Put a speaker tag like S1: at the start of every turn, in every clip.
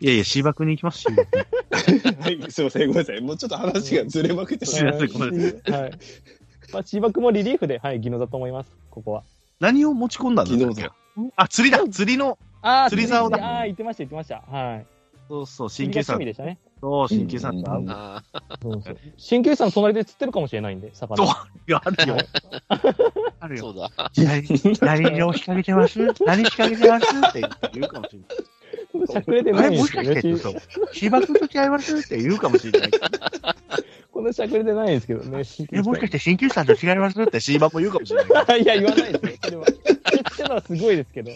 S1: いやいや、芝生に行きますし。
S2: はい、すいません、ごめんなさい。もうちょっと話がずれまくってしま
S1: いませんごめんな
S3: はい。まあ、芝生もリリーフで、はい、技能だと思います、ここは。
S1: 何を持ち込んだんだっ
S2: 昨日
S1: けあ、釣りだ釣りの、
S3: ああ、
S1: 釣り竿だ
S3: ああー、言ってました、言ってました。はい。
S1: そうそう、
S3: 釣
S1: 新
S3: り
S1: 旧
S3: が
S1: さ
S3: 趣味
S1: ん
S3: でしたね。
S1: と、新旧さんと会
S2: う
S1: うんい
S4: あ
S3: そうそう。新旧さんの隣で釣ってるかもしれないんで、魚。
S1: そうや、あるよ。 あ
S4: あ、
S1: る
S4: そ
S1: よ。
S4: うだ。
S1: 何何を仕掛けてます何仕掛けてますって言うかもしれない。
S3: しゃくれて
S1: あ
S3: ない
S1: れ
S3: ん
S1: もし
S3: です
S1: か
S3: け
S1: し
S3: ど
S1: て
S3: ね。
S1: そう芝生と違いますって言うかもしれない。
S3: こんなしゃくれてないんですけどね。新旧
S1: え、
S3: さん
S1: もしかして新旧さんと違いますって芝生も言うかもしれない。
S3: いや、言わないですよ、それは。言ってたらすごいですけど。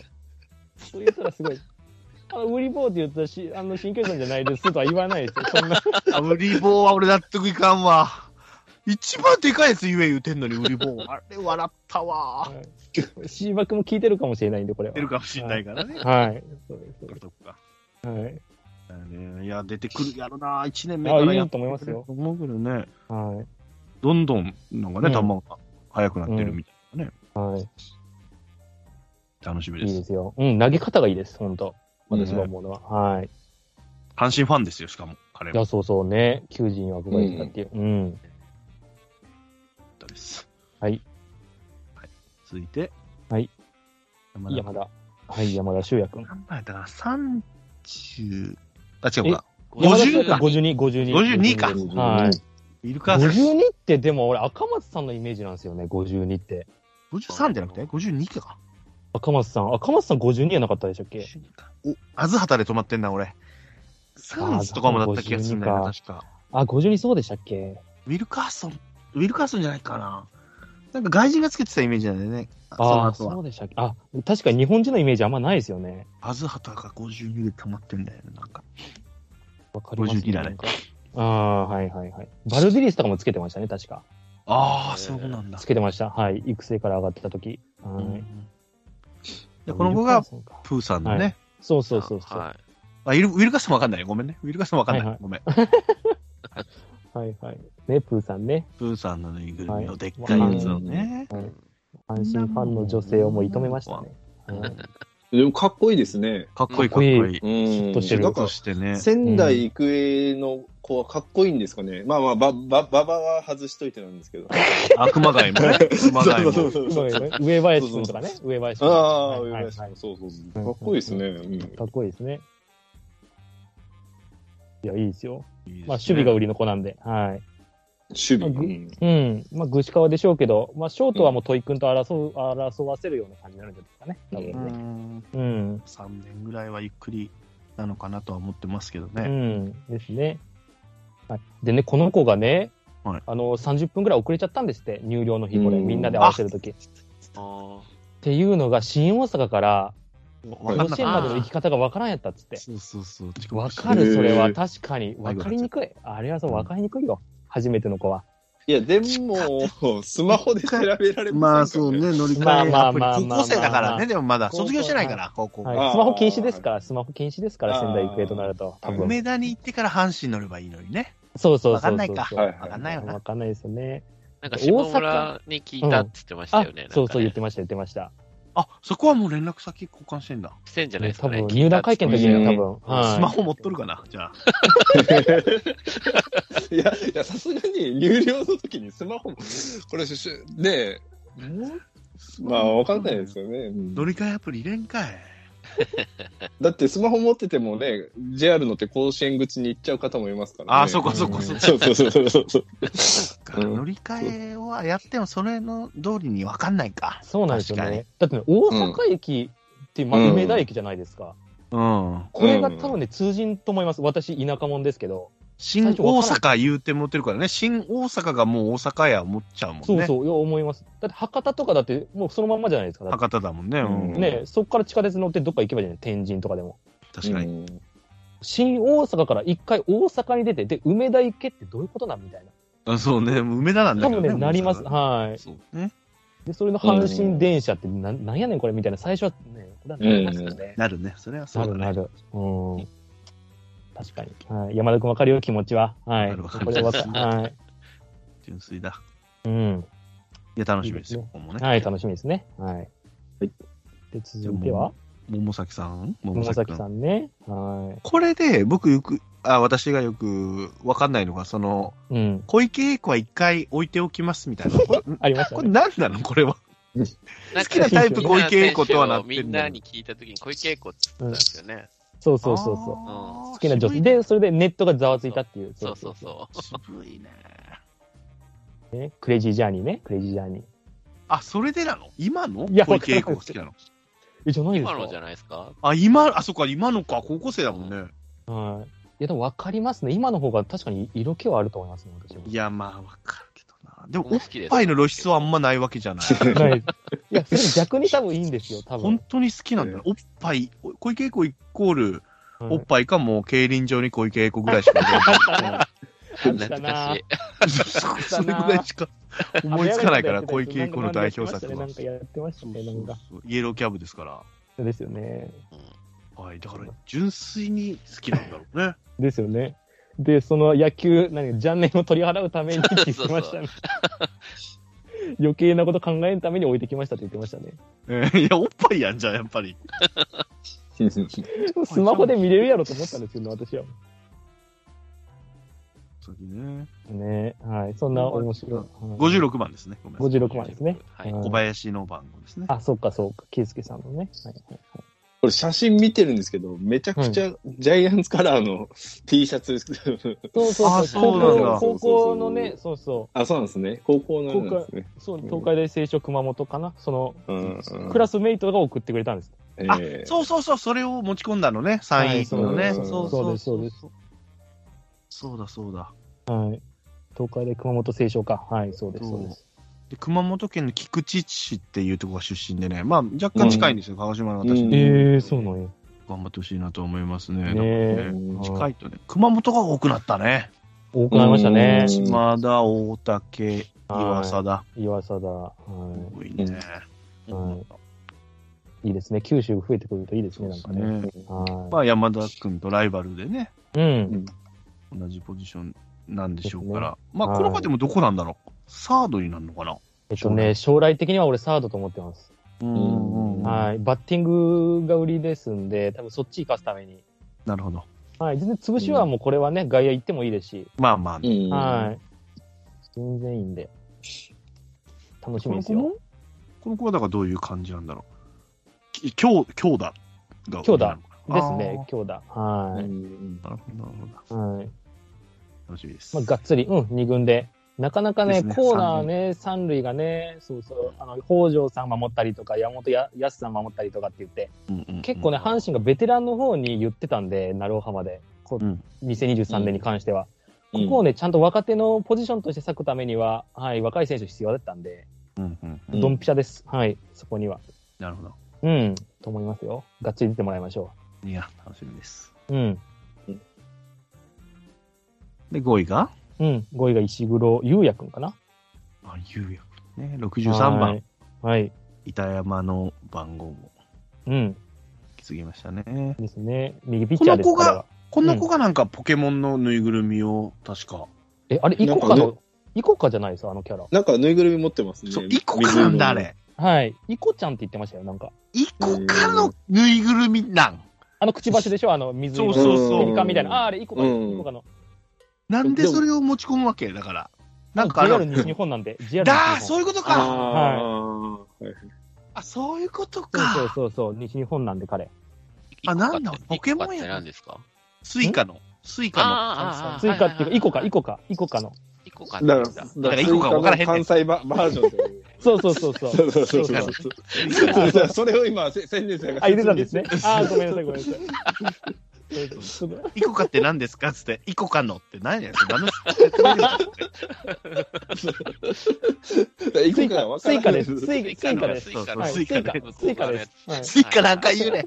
S3: そう言ったらすごい。あの、ウリボーって言ったらし、あの、新旧さんじゃないですとは言わないですよ。そんな。
S1: あ、ウリ棒は俺納得いかんわ。一番でかいやつゆえ言うてんのに、ウリ棒。あれ、笑ったわ。
S3: シーバックも聞いてるかもしれないんで、これ
S1: 出るかもしれないからね。
S3: は。はい。そうですそうで
S1: そっか。
S3: すはい。
S1: だねいや、出てくるやろな。一年目か
S3: あ、
S1: ら
S3: い
S1: やっ
S3: いと思いますよ。
S1: 思うけどね。
S3: はい。
S1: どんどん、なんかね、
S3: うん
S1: 球が速くなってるみたいなね。
S3: はい。
S1: 楽しみで
S3: いい
S1: す
S3: で。すよ。うん、投げ方がいいです、本当私は思うのは。はい。
S1: 阪神ファンですよ、しかも。彼
S3: い
S1: も。
S3: や、そうそうね。求人に憧れてたっていう。うん。
S1: です。
S3: はい。
S1: 続いて。
S3: はい。
S1: 山
S3: いい
S1: 田
S3: 山田。はい、山田修也君。
S1: 何番やったかな ?30。あ、違うか。
S3: 山田
S1: 50
S3: 修也
S1: か
S3: 君52、52。
S1: 52か
S3: ですはい。
S1: イルカ
S3: 52ってでも俺赤松さんのイメージなんですよね52って
S1: 53じゃなくて ?52 か。
S3: 赤松さん赤松さん52やなかったでしたっけ
S1: 52かお、アズハタで止まってんな、俺。サンズとかもだった気がするんだよ
S3: あ
S1: な、
S3: ー
S1: 確か。
S3: あ52そうでしたっけ
S1: ウィルカーソン、ウィルカーソンじゃないかな。なんか外人がつけてたイメージなんだよね。その
S3: ああ
S1: 後
S3: そ
S1: は。
S3: うでしたっけあ確かに日本人のイメージあんまないですよね
S1: アズハタが52で溜まってんだよね、なんか。
S3: わかります
S1: 52だね
S3: なんかああはいはいはいバルディリスとかもつけてましたね確か
S1: ああ、
S4: えー
S1: そうなんだ
S3: つ。けてましたはい育成から上がった時は
S1: う
S3: い
S1: んで、この子が
S3: そうか
S1: プーさんの
S3: は
S1: ね。
S3: そうそうそうそうは
S4: は
S1: あ、ウィルウィルカーソンわかんないね。ごめんね。ウィルカーソンわかん
S3: はい
S1: ない
S3: は。い
S1: ごめん。
S3: いはいねプーさんね
S1: プーさんのぬいぐるみのでっかいやつをね。
S3: 阪神ファンの女性をもう射止めましたねうん
S2: でもかっこいいですね。
S1: かっこいい、か
S3: か
S1: っこ
S3: っこいい
S1: いい。
S2: うん。
S3: としてる
S2: な
S1: 仕
S2: んか
S1: としてね。
S2: 仙台育英の子はかっこいいんですかね。まあまあ、ば、ば、ばばは外しといてなんですけど。
S1: 悪魔街もね。
S2: そ
S1: 熊
S2: う
S1: 谷
S2: そ
S1: も。
S2: うそうそう。
S3: そうよね上林君とかね上林君
S2: ああ、
S3: はい
S2: 上
S3: はいはい
S2: 林さんそうそうそう。かっこいいですね。うん
S3: かっこいいですね。いや、いいですよ。
S1: いいですね
S3: まあ、守備が売りの子なんで、はい。
S2: 守備。
S3: あ
S2: う
S3: ぐ
S2: ん
S3: うん。まあ、具志川でしょうけど、まあ、ショートはもう戸井君と争う、争わせるような感じになるんじゃないですかね。多分ね。うん。
S1: 3年ぐらいはゆっくりなのかなとは思ってますけど
S3: う
S1: ね。
S3: ん。ですね。はい。でね、この子がね、
S1: はい
S3: あの、30分ぐらい遅れちゃったんですって、入寮の日、これ、
S2: うん
S3: みんなで合わせるとき。っ
S4: あー。
S3: ていうのが、新大阪から、
S1: わかんな
S3: 甲子
S1: か
S3: 園
S1: っ
S3: までの行き方がわからんやったっつって
S1: た。。そうそうそう。
S3: わかる、それ
S2: へ
S3: は。
S2: ー
S3: 確かに。わかりにくい。あれはそう、わかりにくいよ。初めての子は。
S2: いや、でも、スマホで調べられ
S1: まあ
S2: ません
S1: そ
S2: か
S1: う
S2: らね
S1: ね、乗り
S3: まあ
S1: 換え
S3: まあ
S1: アプリ。
S3: まあ
S1: 高
S3: まあ
S1: 校生だから
S3: まあま
S1: ね、でもまだ
S3: 高校
S1: 卒業してないから、高校が。
S3: はい、スマホ禁止ですから、スマホ禁止ですか
S2: あ
S3: ら、
S2: ー
S3: 仙台育英となると。多分
S1: 梅田に行ってから阪神乗ればいいのにね。
S3: そうそうそうそう。
S1: わかんないか。
S2: はい
S1: わかんないよ
S3: わ
S1: な。
S3: かんないですよね。
S4: なんか、下村に聞いたって言ってました
S3: あ
S4: よね。なんかね
S3: そうそう言ってました、言ってました。
S1: あ、そこはもう連絡先交換してんだ。
S4: してんじゃないです
S3: 多
S4: かね。
S3: 分、入団会見の時
S2: う
S3: に
S2: ん
S3: 多分、
S1: スマ
S3: は
S1: ホ持っとるかな、じゃあ。
S2: いや、いや、さすがに、有料の時にスマホも、これ、ししねえ、まあ、わかんないですよね。うん
S1: 乗り換えアプリ入れんかい。
S2: だって、スマホ持っててもね、JR 乗って甲子園口に行っちゃう方もいますからね。
S1: あー、そうかそうかそうか。
S2: そうそうそうそうそう。
S1: か乗り換えはやってもそれの通りに分かんないか
S3: い。。そうなんですよ
S1: 確か
S3: ね。だってね、大阪駅って、まあ、
S2: うん
S3: 梅田駅じゃないですか。
S1: うん。
S3: これが多分ね、通じんと思います。私、田舎者ですけど。
S1: 新大阪言うて持ってるからね。新大阪がもう大阪や思っちゃうもんね。
S3: そうそう、いや、思います。だって、博多とかだって、もうそのまんまじゃないですか。だって
S1: 博多だもんね。うん。
S2: うん
S3: ねそこから地下鉄乗ってどっか行けばいいじゃない天神とかでも。
S1: 確かに。
S2: に。
S3: 新大阪から一回大阪に出て、で、梅田行けってどういうことなんみたいな。
S1: あそうね。梅田なんだ
S3: 多
S1: けど
S3: 分
S1: ね。
S3: ね、なります。
S1: 大阪
S3: はい。
S1: そうね。
S3: で、それの阪神電車って、なん、なんやねんこれみたいな、最初はね、これはなりますよね。
S1: なるね。それはそ
S3: な
S1: うだ
S3: る
S1: ね。
S3: なる。うん。確かに。はい。山田君わかるよ、気持ちは。はい。
S1: わかる
S3: これわかる。はい。
S1: 純粋だ。
S3: うん。
S1: いや、楽しみですよ。
S3: いい
S1: ここもね。
S3: はい、楽しみですね。はい。
S2: はい
S3: で、続いては
S1: 桃崎さん桃
S3: 桃
S1: 崎
S3: 崎
S1: さん
S3: さんね。は
S1: これで僕よくあ私がよくわかんないのがその
S3: い。うん。
S1: 小池栄子は一回置いておきますみたい なこれ
S3: ありました
S1: こ
S3: ね
S1: れ。何なのこれは
S4: 好
S1: きなタイプ小池栄子とはなってんの
S4: みんなに聞いたときに小池栄子って言ったんですよね。
S3: そうそうそうそう。
S1: あー
S3: 好きな女性。で、それでネットがざわついたっていう。
S4: そうそうそう。
S1: 渋いね
S3: う。ねクレイジージャーニーね。クレイジージャーニー。
S1: あそれでなの今の
S3: いや
S1: 小池栄子が好きなの
S3: え、じゃないです
S4: 今
S3: か。
S4: のじゃないですか
S1: あ今あそっか今のか高校生だもんね、
S3: はい。いや、でも分かりますね。今の方が確かに色気はあると思いますね、私も。
S1: いやまあわかるけどなでも
S4: 僕
S1: お
S4: も
S1: っ
S4: 好きです
S1: ぱいの露出はあんまないわけじゃ ない
S3: ないいや、それ逆に多分いいんですよ、多
S1: 本
S3: 分。
S1: 当に好きなんだなおっぱいお小池栄子イコール
S3: うん
S1: おっぱいかもう競輪場に小池栄子ぐらいしか 出ない
S4: 懐かしい。
S1: そうそれぐらいしか思いつかないから、小池栄子の代表作
S3: な
S1: は
S3: ん。かやってました
S1: そう
S3: ね、
S1: そ
S3: な
S1: うん
S3: か。
S1: そうイエローキャブですから。
S3: ですよね。
S1: はい、だから純粋に好きなんだろうね。
S3: ですよね。で、その野球、何、邪念を取り払うためにって言ってましたね。余計なこと考えるために置いてきましたって言ってましたね。
S1: え ーいや、おっぱいやんじゃん、やっぱり。
S3: スマホで見れるやろと思ったんですけど、私は。
S1: 次ね。
S3: ねはい。そんな面白い。
S1: 56番ですね。ごめんなさい。
S3: 56番ですね。
S4: はい。
S3: うん
S1: 小林の番号ですね。
S3: あ、そっかそうか。ケイスケさんのね。はいはいはい
S2: これ写真見てるんですけど、めちゃくちゃジャイアンツカラーの T シャツです。
S3: そうそ
S1: あ
S3: う
S1: そ
S3: そうう。
S1: なん
S3: 高
S1: だ
S3: 校高校のね、そうそ
S2: あ、そうなんですね。高校のあれなんですね。
S3: う。そう、東海大聖書熊本かな。その、
S2: うん
S3: クラスメイトが送ってくれたんです。
S2: え
S1: あ
S2: え、
S1: そうそうそう、それを持ち込んだのね、
S3: は
S1: 3
S3: い
S1: 位のね。
S2: そう
S1: そう
S3: そう
S1: そ
S3: そううそうです。
S1: そうだ、そうだ。
S3: はい。東海大熊本聖書か。はい、そうです、そうです。
S1: で熊本県の菊池市っていうところが出身でね、まあ若干近いんですよ、鹿児島の私
S2: う
S1: に
S2: ん
S3: ええー、そうなんや。
S1: 頑張ってほしいなと思いますね。
S3: ね
S1: な
S3: え
S1: んか
S2: うん
S1: 近いとね、熊本が多くなったね。
S3: 多くなりましたね。
S2: うん
S1: 島田、大竹、岩
S3: は
S1: 佐だ。
S3: い。岩佐だ。は
S1: 多いね。
S3: はいい。いいですね。九州が増えてくるといいですね、なんかね。
S1: ね
S3: は
S1: まあ山田君とライバルでね、
S3: い。うん。
S1: 同じポジションなんでしょうか
S3: です
S1: ら。まあ
S3: はい
S1: この子でもどこなんだろう。サードになるのかな。
S3: えっとね、将来的には俺サードと思ってます。
S1: うん
S2: ん
S1: は
S3: はい。バッティングが売りですんで、多分そっち活かすために。
S1: い。なるほど。
S3: はい。全然潰しはもうこれはね、外野行ってもいいですし。
S1: まあまあね。
S2: うん
S3: はい。全然いいんで。楽し
S1: こ
S3: みで
S1: の
S3: す
S1: 子
S3: よ。
S1: もこの子はだからどういう感じなんだろう。き強強打が
S3: 強打
S1: なのかな
S3: ですね、強打。は
S2: う
S3: い。
S2: ん
S1: あーなるほど、なるほど。
S3: はい。
S1: 楽しみです。
S3: まあ、がっつり、うん、2軍で。なかなかね、
S1: ですね
S3: コーナーね、三塁がね、そうそう、あの、北条さん守ったりとか、山本ややすさん守ったりとかって言って、
S1: うんうんうん
S3: 結構ね、阪神がベテランの方に言ってたんで、鳴尾浜で、こ
S1: うん
S3: 2023年に関して
S2: う
S3: は。
S2: ん
S3: ここをね、ちゃんと若手のポジションとして割くためには、はい、若い選手必要だったんで、
S1: うんうんうん
S2: うん
S3: ドンピシャです。はい、そこには。
S1: なるほど。
S3: うん、と思いますよ。がっちり出てもらいましょ
S1: いや、楽しみです。
S3: う。うん。
S1: で、5位が
S3: うん、5位が石黒優也くんかな。
S1: あ、ゆうやくんね。63
S3: は
S1: 番
S3: い。。はい。
S1: 板山の番号も
S3: うん。
S1: 引き継ぎましたね。
S3: ですね。右ピッチャーです
S1: この子が
S3: から。
S1: この子がなんかポケモンのぬいぐるみを、確か。
S3: え、あれ、イコ
S2: な
S3: カ
S2: んかね
S3: の、イコカじゃないですよ、あのキャラ。
S2: なんかぬいぐるみ持ってますね。
S1: そう、1個かなんだ、あ
S2: 水色の。
S1: れ。
S3: はい。イコちゃんって言ってましたよ、なんか。
S1: 1個かのぬいぐるみなん。
S3: あの、くちばしでしょあの、水色の。
S1: そうそうそう
S3: ペリカンみたいな。あー、あれ、イコカです、
S2: うん
S3: イコカの。
S1: なんでそれを持ち込むわけだから。なんかあ
S3: JR
S1: れ、
S3: 西日本なんで。JR
S1: だー、
S3: 西日
S1: そうい
S3: 本
S1: うことか。
S2: ああ、はい
S1: あ、そういうこと
S3: そうそう
S1: か。
S3: そうそう、西日本なんで、彼。
S1: あなんだポケモンや
S4: イコカって何ですか
S1: スイカの。スイカ
S4: あーあーあー
S3: 追加っていう
S4: は
S3: か、
S4: い
S3: イコカ、
S4: はい
S3: イコカ、イコカの。
S4: イコカっ
S2: だ
S4: て
S2: か
S4: 言う
S2: ら、
S4: ん
S2: だか
S4: だ
S2: ら
S1: らいい子か分からへんね
S2: スイカの関西ババージョンってこと
S3: そうそうそうそう。
S2: そうそうそうそう。
S1: の。
S2: そうそうそれを今、せ千年さんが。
S3: あ、入れたんですね。あー、ごめんなさい、ごめんなさい。そうそう
S1: イコカって何ですかつって、イコカのって何やそれ何の説明ですか
S2: い
S3: ス
S2: く
S3: イ
S2: から分
S3: カ、
S2: か
S3: ス
S2: ら
S3: イ
S2: な
S3: カ
S2: い
S3: です。スイカスイカです。
S1: そうそう
S3: はい、
S1: ス
S3: ス
S1: イ
S3: イ
S1: カ
S3: カ
S1: ね、
S3: スイカです。はい、
S1: スイカなんか言うね。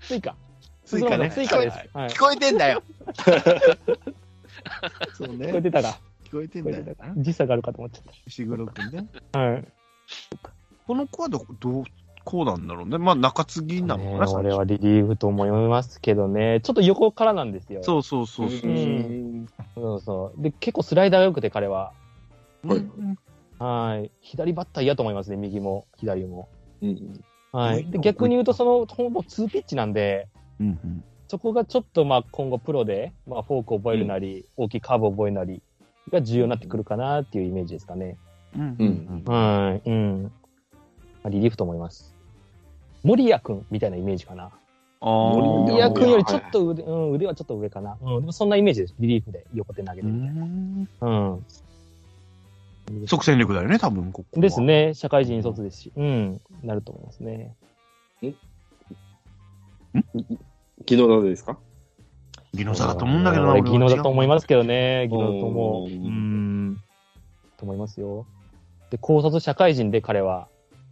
S4: ス
S3: ス
S4: イ
S3: イカ。
S1: スイカね。
S3: スイカです。はい。
S1: 聞
S3: 聞
S1: こえてん だよ。そうね
S3: こえてたら、
S1: 聞こえて
S3: 聞こえてたら、時差があるかと思っちゃっ
S1: 石黒くんね。
S3: た。はい。
S1: この子はど、どう、こうなんだろうね。まあ、中継ぎなのかな、
S3: ね
S1: 最
S3: 俺
S1: 初
S3: はリリーフと思いますけどね、ちょっと横からなんですよ。
S1: そうそうそうそう。
S2: ん
S3: そうそうで、結構スライダーが良くて、彼は。
S2: うん
S1: うん
S3: はい。左バッター嫌と思いますね、右も、左も。
S2: うん
S3: はい。で逆に言うと、その、ほぼ2ピッチなんで、
S1: うんうん。
S3: そこがちょっとまあ今後プロで、まあ、フォークを覚えるなり、大きいカーブを覚えるなりが重要になってくるかなっていうイメージですかね。
S1: うん
S2: うん
S3: はい。うん。まあ、リリーフと思います。森谷君みたいなイメージかな。
S1: あー
S2: 森
S3: 森
S2: 谷
S3: 谷
S2: 君
S3: 君よりちょっと腕,、うん、腕はちょっと上かな。うん。でもそんなイメージです。リリーフで横手投げ
S1: う
S3: で。うん。
S1: ん即戦力だよね、多分ここは
S3: です。ね。社会人卒ですし。うん。なると思いますね。
S2: 技能なんですか
S1: 技能差だと思うんだけどな、
S3: 俺
S1: 俺は
S3: 技能だと思いますけどね。技能だと思う。
S2: う
S3: うんん。と思いますよ。で、高卒社会人で彼は。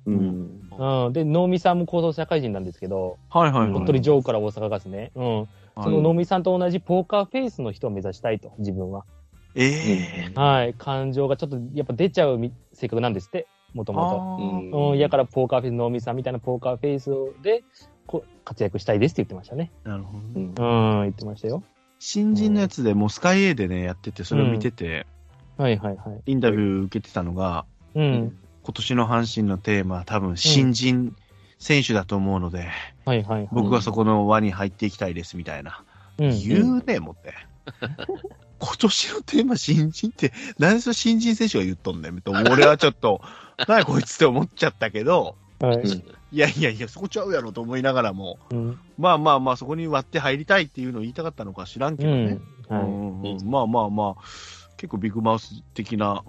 S2: うん。
S3: うん、で、能見さんも高卒社会人なんですけど、
S1: はいはいはい。
S3: 鳥取城から大阪ガスね。うん。その能見さんと同じポーカーフェイスの人を目指したいと、自分は。
S1: ええ。
S3: はい。感情がちょっとやっぱ出ちゃうみ性格なんですって、もとも
S1: あー
S3: と。うん。やからポーカーフェイス、能見さんみたいなポーカーフェイスでこう活躍したいですって言ってましたね。
S1: なるほどね。
S2: うん
S3: うん、言ってましたよ。
S1: 新人のやつでもうスカイ A でね、やってて、それを見てて、
S3: はいはいはい。
S1: インタビュー受けてたのが、
S3: うん。
S1: 今年の阪神のテーマは多分新人選手だと思うので、
S3: はいはいはい。
S1: 僕はそこの輪に入っていきたいですみたいな。
S3: うん。
S1: 言うね、もって。今年のテーマ新人って、何でその新人選手が言っとんねんと。俺はちょっと、 なにこいつって思っちゃったけど、
S3: はい
S1: いやいやいや、そこちゃうやろと思いながらも、
S3: うん。
S1: まあまあまあ、そこに割って入りたいっていうのを言いたかったのか知らんけ
S3: う
S1: どね
S3: ん。。
S1: う
S3: は
S1: んうんうんまあまあまあ、結構ビッグマウス的な、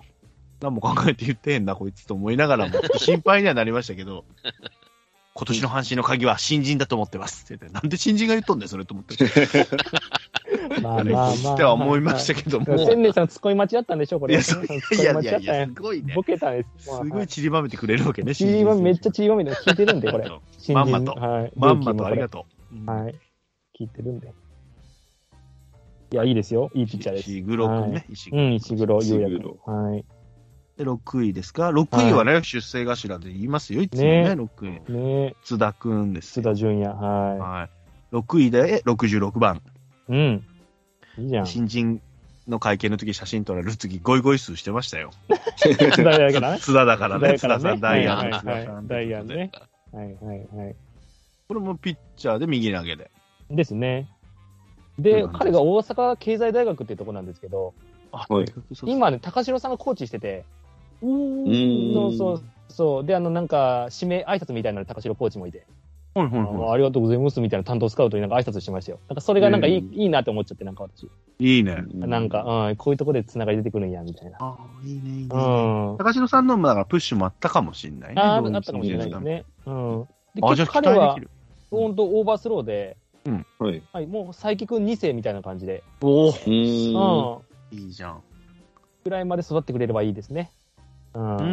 S1: 何も考えて言ってへんな、こいつと思いながらも、心配にはなりましたけ ど、今年の阪神の鍵は新人だと思ってますって言ってなんで新人が言っとんね ん、それと思って。
S3: い。ま
S1: あれこいつっては思いましたけども。
S3: 千年さん突っ込み待ちだったんで しょ、こ
S1: い
S3: れ。
S1: や、
S3: 千
S1: そ
S3: 年さん突っ
S1: い
S3: 込
S1: や
S3: み
S1: い
S3: 待ちだ
S1: やい
S3: ったんや
S1: や、すごいね
S3: ボ。ケたんです。
S1: すご
S3: はい
S1: 散りばめてくれるわけ ね、
S3: ちりばめめっちゃ
S1: ゃ
S3: ちりばめの聞いてるんで、これ。 新人
S1: まんまと
S3: はい。
S1: まんまとありが
S3: と
S1: とう。
S3: う。はい。聞いてるんで。いや、いいですよ。いいピッチャーです。
S1: 石黒君ね、石
S3: う
S1: 黒
S3: ん、石黒、
S2: 石
S3: ゆ
S2: 黒
S3: うやくん。はい。
S1: で、6位ですか ?6 位はね、出世頭で言いますよ、いつも
S3: ね
S1: ね、6位。
S3: ねえ、
S1: 津田君です
S3: 須
S1: よ。
S3: 田純也。は
S1: はい。6位で66番。
S3: い。うん。いいじゃん。
S1: 新人の会見の時写真撮られる時、ゴイゴイスーしてました よ。
S3: 須田やからね。
S1: 津田だからね、津
S3: 須田
S1: 田さ
S3: やから
S1: ん、
S3: ね
S1: ダイア
S3: は
S1: ン
S3: い
S1: の
S3: は
S1: 津
S3: い
S1: 田
S3: は
S1: さ
S3: い
S1: ん。
S3: ダイアンね。はいはいはい。
S1: これもピッチャーで右投げで。
S3: ですね。
S1: う
S3: で
S1: ん、
S3: 彼が大阪経済大学っていうとこなんですけど、
S1: あ
S2: はい
S3: 今ね、高城さんがコーチしてて、う
S2: ーん
S3: そうそうそう。で、あの、なんか、指名挨拶みたいなの高城コーチもいて、
S1: はいはい
S3: あ
S1: は
S3: ありがとうございますみたいな担当スカウトになんか挨拶してましたよ。なんか、それがなんかいい,、
S2: うん
S3: いいなって思っちゃって、なんか私。
S1: い。いいね。
S3: なんか、うん、こういうとこでつながり出てくるんや、みたいな。
S1: ああ、いいね、いいうね。
S3: ん。あ
S1: 高城さんのもだからプッシュもあったかもしれないね。
S3: あ
S1: どう
S3: ー、あったかもしれないですね。うん。で、
S1: あ、じゃ
S3: 結
S1: あ期待
S3: 構彼は
S1: でき、る。
S3: 本当オーバースローで、
S2: はい。
S3: はい、もう佐伯君2世みたいな感じで、
S1: おお、
S2: う。
S3: うんん。
S1: いいじゃん。
S3: ぐらいまで育ってくれればいいですね。う。
S1: うんー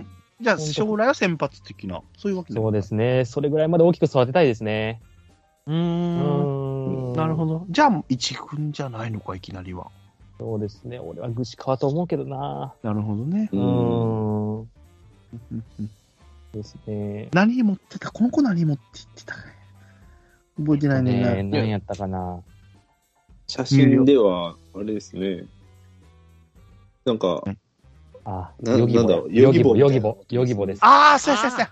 S1: ん。じゃあ将来は先発的な、そういうわけ。
S3: そうですすね。それぐらいまで大きく育てたいですね。
S1: う
S3: う
S1: ーん。
S3: ん。
S1: なるほど。じゃあ、一軍じゃないのか、いきなりは。
S3: そうですね。俺は具志川と思うけどな。
S1: なるほどね。
S3: う
S2: うん。
S3: ん。
S1: うんうん
S3: ですね。
S1: 何持ってたこの子何持って行ってたかね覚えてないねんな。
S3: ね何やったかな。
S2: 写真では、あれですね。なんか、
S3: あ、
S2: な
S3: ヨギボ
S2: な
S3: や
S2: んだ。
S3: ヨギボ、
S2: ヨ
S3: ヨ
S2: ギ
S3: ギ
S2: ボ
S3: ボ、ヨギボです。
S1: ああ、そうやそうやそうや。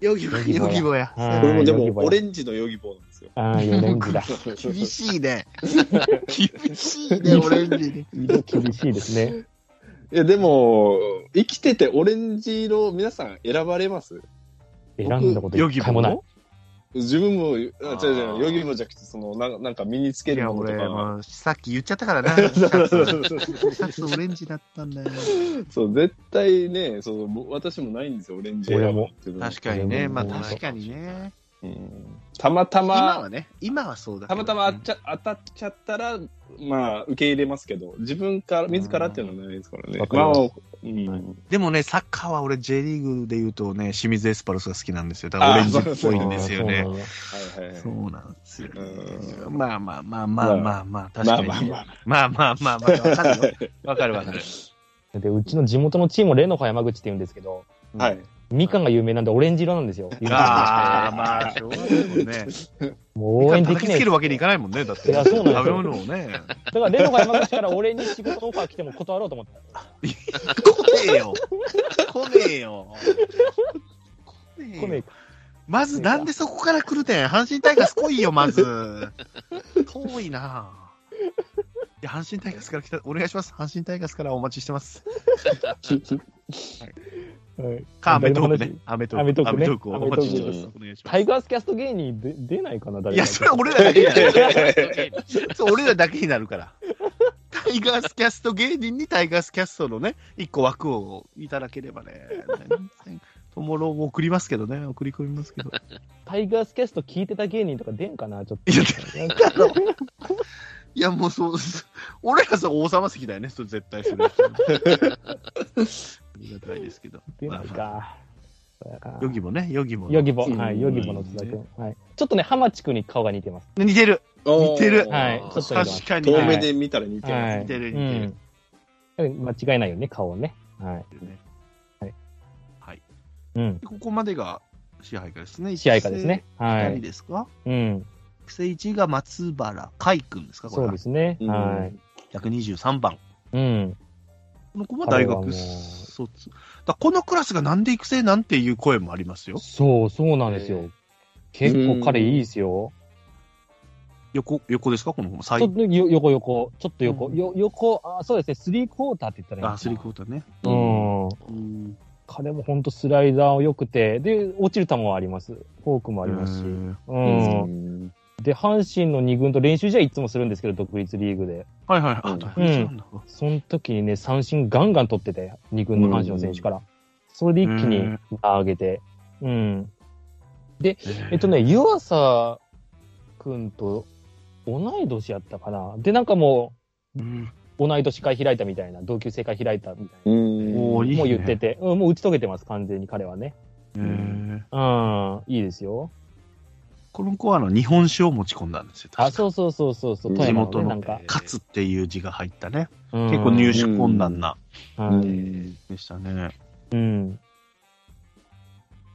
S1: ヨギボ
S3: ヨギボ
S1: ヤ、ヨ
S3: や
S1: ギボや。
S3: はい
S2: これもで
S3: ヨギ
S2: も、
S3: ボや
S2: オレンジのヨギボーなんですよ。
S3: ああ、ヨレ ンジだ。
S1: 厳しいね。厳しいね、オレンジに。
S3: 色厳しいですね。
S2: いや、でも、生きててオレンジ色、皆さん選ばれます
S3: 選んだこと一回もない。
S2: 自分も、あ、違
S4: あ
S2: う違
S4: ー
S2: う、ヨギボーじゃなくて、その、ななんか身につけ
S1: い
S2: る
S1: や、
S2: ものと
S1: 俺、
S2: か。
S1: まあ、さっき言っちゃったからな。シャ
S2: そ
S1: ツ
S2: うそうそうそう
S1: シャツオレンジだったんだよな。
S2: そう、絶対ね、そう、もう私もないんですよ、オレンジ
S3: 俺も
S2: っていうのは
S1: 確かにね、まあ
S3: うん
S1: 確かにね。
S2: うんたまた
S1: 今
S2: ま
S1: は、ね、今はそうだけ
S2: た
S1: ど
S2: またまあっちゃ当たっちゃったら、まあ、受け入れますけど、自分から、自らっていうのはないですからね
S3: わ。か
S2: ま
S3: り
S2: あ、
S3: ます
S2: うん。
S1: でもね、サッカーは俺 J リーグで言うとね、清水エスパルスが好きなんですよ。だからオレンジっぽいんですよね
S3: あ。ー。
S2: はいはいはい。
S1: そうなんですよね
S2: う。
S1: まあまあまあまあまあまあ、確
S2: ま
S1: か
S2: あ
S1: に。
S2: まあま
S1: まあ
S2: あ。
S1: まあまあまあ、わかるよ。わかるわかる。
S3: そうなんだで、うちの地元のチーム、レノファ山口って言うんですけど、
S2: はい。
S3: みかんが有名なんでオレンジ色なんですよ。
S1: ああ、まあ、しょうがないもんね。
S3: もう応援で
S1: 叩
S3: き
S1: き
S3: な
S1: つ
S3: い
S1: ける。わけにいかないもんね、だって。
S3: いやそうなんですよ
S1: 食べ物をね。
S3: だから、レノファ山口から俺に仕事のオファー来ても断ろうと思った。
S1: 来ねえよ。来ねえよ。
S3: 来ねえ
S1: まずなんでそこから来るてん。阪神タイガース来いよ、まず。遠いな。いや、阪神タイガースから来た、お願いします。阪神タイガースからお待ちしてます。
S3: はい
S1: か、アメトークね。アメトーク。
S3: アメトークね
S1: をお待ちしてま
S4: アメ
S1: す
S4: トー。
S1: お願いしま
S3: タイガースキャスト芸人で出ないかな、
S1: す。
S3: 誰
S1: い
S3: か
S1: や、それは俺らだけや
S2: いやいやいや
S4: え
S1: そう、俺らだけになるから。タイガースキャスト芸人にタイガースキャストのね、一個枠をいただければね、トモロも送りますけどね、送り込みますけど。
S3: タイガースキャスト聞いてた芸人とか出んかな、ちょっ
S1: いや、
S3: と。なんか
S1: いやもうそう、俺らそう王様席だよね、それ絶対それ。ありがたいですけど。
S3: 出ない
S1: まあ
S3: か。そうやな
S1: ヨギもね、ヨギも。
S3: ヨギボ、
S2: うん
S3: はい、ヨギボの津田君。はい。ちょっとね、ハマチ君に顔が似てます。
S1: 似てる。似てる
S3: はいちょっと今
S1: 確かに。
S2: 遠目
S1: ね
S2: で見たら似て
S3: は
S2: ま
S3: い。
S1: 似てる似
S3: うん。間違いないよね、顔ね。はい。はい。
S1: はい。
S3: うん。
S1: ここまでが支配下ですね。
S3: 試合かですね。は
S1: 何
S3: い。
S1: ですか
S3: うん。
S1: 育成1が松原海君ですかこれ
S3: そう
S1: は
S3: ですね。
S2: うん
S3: は
S1: 123番。
S3: い。うん。
S1: この子は大
S3: 彼はも
S1: 学
S3: う
S1: 卒。だからこのクラスがなんで育成なんていう声もありますよ。
S3: そう、そうなんです
S4: え
S3: よ。結構彼いいですよ。
S1: 横、横ですかこの子も。
S3: ちょ
S1: 最
S3: っとよ横横、ちょっと横、
S1: うん
S3: よ横、あそうですね、スリークォーターって言ったらいいのかな
S1: あ、スリークォーターね。
S3: うん。
S1: うん。
S3: 彼も本当スライダーを良くて、で、落ちる球もあります。フォークもありますし。
S1: へー
S3: うん。
S2: ん。
S3: で、阪神の2軍と練習試合いつもするんですけど、独立リーグで。
S1: はいはいはい。あ
S2: うん
S1: 大変なんだ
S3: その時にね、三振ガンガン取ってて、2軍の阪神の選手から。それで一気
S1: へ
S3: に
S1: ー
S3: 上げて。うん。えっと
S1: ね、
S3: ね、湯浅くんと同い年やったかな。で、なんかも
S1: うん
S3: う、同い年会開いたみたいな、同級生会開いたみたい
S2: うん。
S1: おーいい
S3: な。
S1: ね
S3: もう言ってて、うん、もう打ち解けてます、完全に彼はね。
S1: へー
S3: うん、いいですよ。
S1: この子はあの日本酒を持ち込んだんですよ。
S3: あ、
S1: う。
S3: そうそうそうそうそう、
S2: 地
S3: 富山
S1: 元
S3: ね、
S1: の
S3: なんか。
S1: 勝つっていう字が入ったね。
S3: 結
S1: 結構入手困難な。
S3: は
S2: う
S3: い。
S2: ん
S1: でしたね。
S3: うん。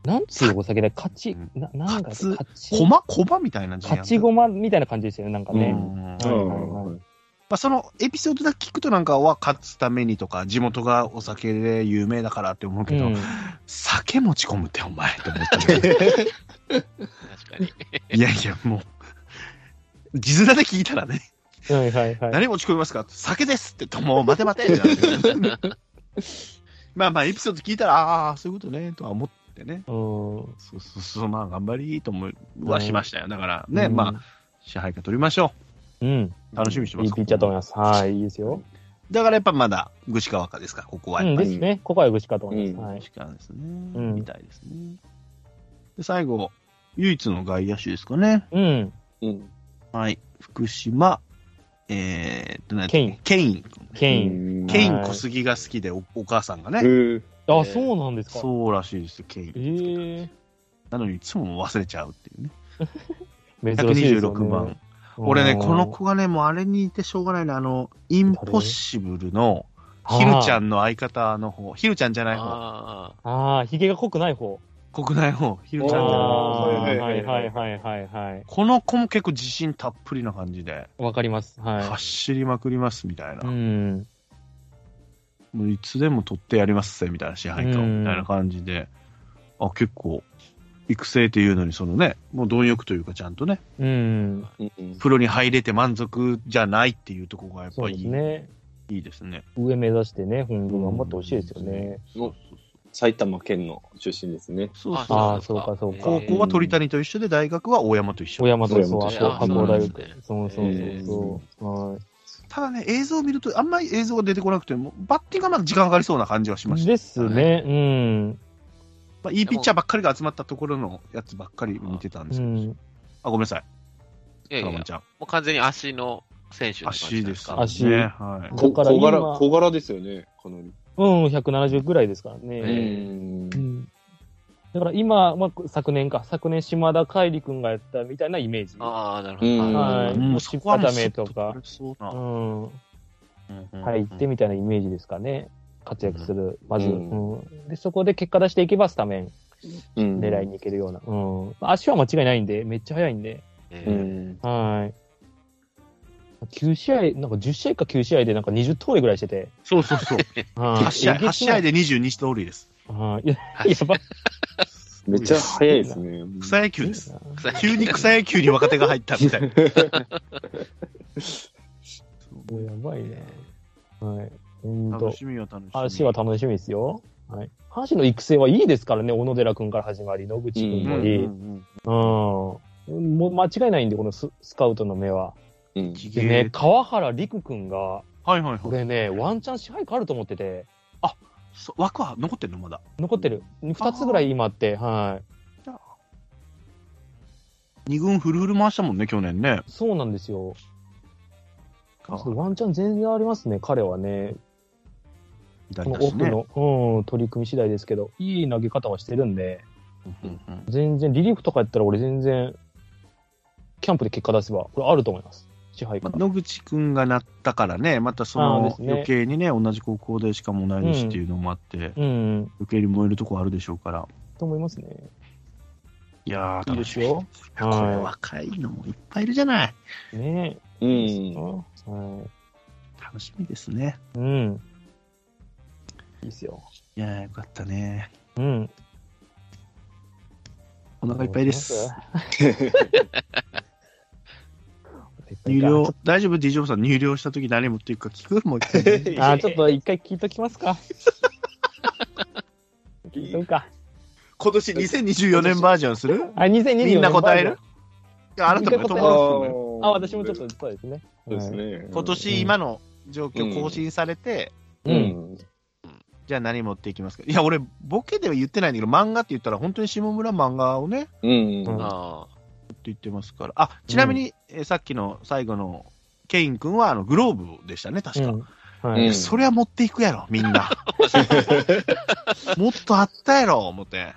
S3: なんつうお酒だ、勝ち
S1: うん、
S3: ななんか、
S1: 勝つ
S3: 勝ち
S1: 駒駒みたいな字やん
S3: 勝ち駒みたいな感じでしたよね、なんか
S1: う
S3: ね。
S1: ん
S3: はいはいはい
S1: まあ、そのエピソードだけ聞くとなんかは勝つためにとか地元がお酒で有名だからって思うけど、
S3: うん
S1: 酒持ち込むってお前と思ったけど
S4: 確かに。
S1: いやいやもう地面で聞いたらね
S3: はいはいはい。
S1: 何持ち込みますか酒ですって言ってもう待て待てってなるまあまあエピソード聞いたらああそういうことねとは思ってね
S3: うん
S1: そうそうそうまあ頑張りと思いはしましたよだからね、
S3: うん
S1: まあ支配下取りましょ
S3: うん。
S1: う楽しみにしてま
S3: いい
S1: す
S3: ピッチャーと思います。はい、いいですよ。
S1: だからやっぱまだ具志川かですかここは
S3: う
S1: やっ
S3: ん
S1: ぱ
S3: で
S1: り、
S3: すね。ここはよろしかと思い
S2: うん
S3: ます。はい。
S1: 時間ですね、
S3: ん
S1: みたいですね。で、最後、唯一の外野手ですかね。
S3: うん。
S2: うん。
S1: はい。福島、えーっとね、
S3: ケイン。
S1: ケイン。
S3: ケイン。
S2: ン
S1: ケイン小杉が好きでお、お母さんがね。
S2: うん。
S4: ー
S3: あ、そうなんですか。
S1: そうらしいですよ、ケイ
S3: え
S1: ン。
S3: え。
S1: なのにいつも忘れちゃうっていうね。
S3: 珍しいですよね。
S1: 126番。俺ね、
S3: うん
S1: この、子がね、もうあれにいてしょうがないね。あの、インポッシブルの、ひるちゃんの相方の方、ひるちゃんじゃない方、
S4: ああ。
S3: あー。あー、ひげが濃くない方。
S1: 国内方、ひるち
S3: あ
S1: ゃんじゃない方。
S2: おー
S3: ー
S2: は
S3: はいい
S2: は
S3: はいい
S2: は
S3: はいはいはい。
S1: この子も結構自信たっぷりな感じで、
S3: わかります。は
S1: 走りまくりますみたいな。
S3: い。うん。
S1: もういつでも取ってやりますぜみたいな支配下を
S3: うん
S1: みたいな感じで、あ結構、育成っていうのに、そのね、もう貪欲というか、ちゃんとね、
S3: うん。
S2: うん。
S1: プロに入れて満足じゃないっていうところがやっ
S3: そ
S1: ぱ
S3: う
S1: り
S3: で
S1: い
S3: す
S1: い,、
S3: ね。
S1: いいですね。
S3: 上目指してね、本当頑張ってほしいですよね。
S1: そう
S2: 埼玉県の出身ですね。
S1: そうそう
S4: あ
S3: ああ、そうかそうか。
S1: 高校は鳥谷と一緒で、大学は大山と一緒
S3: 小。山とそう、
S2: 小
S3: あ
S2: 山
S3: と
S2: と
S3: 箱大
S4: そうなんです
S3: 学
S4: ね。
S3: そうそうそうそう。はい
S1: ただね、映像を見ると、あんまり映像が出てこなくても、バッティングはまだ時間かかりそうな感じはしました。
S3: ですね、うん。
S1: まあ、いいピッチャーばっかりが集まったところのやつばっかり見てたんです
S3: う
S1: けど、
S3: ん、
S1: あ、ごめんなさい、
S4: いやい
S1: カラモ
S4: や、も
S1: ンちゃん。
S4: う完全に足の選手って感じ
S1: 足
S4: なん
S1: です
S4: か
S1: ね。
S3: 足
S1: はい。
S2: こ
S3: だから
S2: 小柄、
S3: 今
S2: 小柄ですよね、かなり。
S3: うん、170ぐらいですからね。
S4: え
S3: うんだから今、まあ、昨年か、昨年島田海里君がやったみたいなイメージ。
S4: ああ、なるほ
S2: う
S4: ど。
S2: ん
S4: は
S3: はい
S4: い
S1: うん、そこはもう
S3: 引っ固めとか
S1: そっと取れそうな
S3: う
S1: う
S3: ん。
S1: ん
S3: 入ってみたいなイメージですかね。活躍する、まず、
S2: うん
S3: うんで。そこで結果出していけばスタメン
S2: うん
S3: 狙いにいけるような。うん。まあ足は間違いないんで、めっちゃ速いんで。
S4: え
S2: う
S4: ー
S2: ん。
S3: はい。9試合、なんか10試合か9試合でなんか20盗塁ぐらいしてて。
S1: そう そうそう。
S3: はい
S1: 8試合、8試合
S3: で。
S1: で22盗塁です。
S3: はい。いや、
S4: 足
S3: やばい。
S2: めっちゃ早いですね。
S1: 草野球 です。
S4: 草野球
S1: 急に草野球に若手が入ったみ たいな。
S3: もうやばいね。はい。ほんと
S1: 楽。しみは楽しみ。
S3: 阪神は楽しみですよ。はい。阪神の育成はいいですからね、小野寺君から始まり、野口君
S1: う
S3: も
S1: ん
S3: いい。
S1: う
S3: うん
S1: ん
S3: もう間違いないんで、このススカウトの目は。
S2: うん
S1: うん。
S3: でね、川原陸君が、
S1: はいはいはい。
S3: これね、ワンチャン支配変わると思ってて、
S1: そ枠は残ってんのまだ。
S3: 残ってる。二つぐらい今あって、はい。
S1: 二軍フルフル回したもんね、去年ね。
S3: そうなんですよ。そうワンチャン全然ありますね、彼はね。こ
S1: 左
S3: の
S1: だし
S3: 奥
S1: ね。
S3: の、うん、取り組み次第ですけど、いい投げ方はしてるんで、
S1: うんうん
S3: 全然、リリーフとかやったら俺全然、キャンプで結果出せば、これあると思います。支配か
S1: まあ
S3: ら。
S1: 野口くんがなったからね、またそ
S3: あーで
S1: の
S3: すね
S1: 余計にね、同じ高校でしかもない年っていうのもあって、
S3: うん、
S1: 余計に燃えるとこあるでしょうから。
S3: と思いますね。
S1: いやー、
S3: いい
S1: 楽
S3: で
S1: し
S3: すよ。
S1: み。これ若いのもいっぱいいるじゃない。
S3: ね
S2: う
S3: え。いいです
S2: ん。
S3: よは
S1: 楽しみですね。
S3: い。うん。いいですよ。
S1: いやー、よかったね。
S3: うん。
S1: お腹いっぱいです。。
S3: 有
S1: 入
S3: 料
S1: 寮。、大丈夫 ?D ジョブさん、入寮した時何持っていくか聞くもう一回。
S3: あー、ちょっと一回聞いときますか。聞いとくか。
S1: 今年2024年バージョンする
S3: あ、2024年
S1: みんな答えるいやあなたも
S3: みんな
S1: 友
S3: 答え
S1: 達もね
S3: あ、私もちょっと。そうですね。
S2: そうですね。
S1: 今年今の状況更新されて、
S3: う。
S2: うんん。
S1: じゃあ何持っていきますかいや、俺、ボケでは言ってないんだけど、漫画って言ったら、本当に下村漫画をね、って
S2: うん。
S3: うん
S4: あ
S1: 言ってますから。あ、ちなみに、えーさっきの最後の、ケイン君は、あの、グローブでしたね、確か。
S3: うん。は
S2: う
S3: い
S2: ん。
S1: そりゃ持っていくやろ、みんな。もっとあったやろ、思って。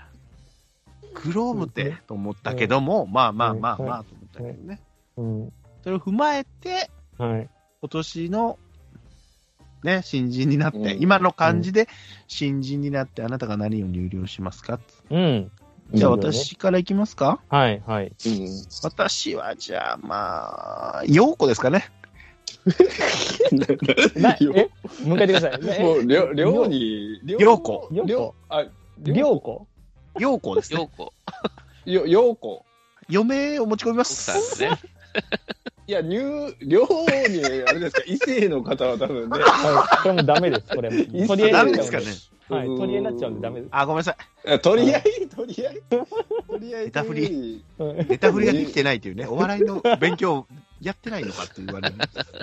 S1: グローブっ
S3: そう
S1: て、
S3: です
S1: と思ったけども、まあまあまあま
S3: は
S1: あ、と思ったけどね。
S3: うん。
S1: それを踏まえて、
S3: はい。
S1: 今年の、ね、新人になって、
S2: うん
S1: 今の感じで、新人になって、あなたが何を入寮しますか
S3: うん。
S1: じゃあ
S3: うん
S1: 私からいきますか
S3: はい、はい。
S2: うん。
S1: 私はじゃあまあ、陽子ですかね。
S3: な え もう一回言ってください。
S2: もう、りょ、りょう
S3: う
S2: に、り
S1: りょうこ
S2: りょう、あ、
S3: りょうこ
S1: 陽子です
S4: あ、
S1: ね。
S4: ようこ、
S2: よ、ようこ。
S1: 嫁を持ち込みま
S4: 奥さ
S1: す。
S4: んがね。
S2: いや、入、りょうに、あれですか、異性の方は多分ね。
S3: はい。これもうダメです、これ。
S2: いっす
S3: 取り合い
S1: ダ
S3: に
S1: メで
S3: なっ
S1: す
S3: ち
S1: か
S3: ゃうん
S1: ね
S3: で。。はい。取り合いになっちゃうんでダメです。
S1: あ、ごめんなさい。
S2: あ取り合い、取り合い。取り合い。
S1: ネタ振り。
S3: うん
S1: ネタ振りができてないというね、お笑いの勉強やってないのかって言われる。い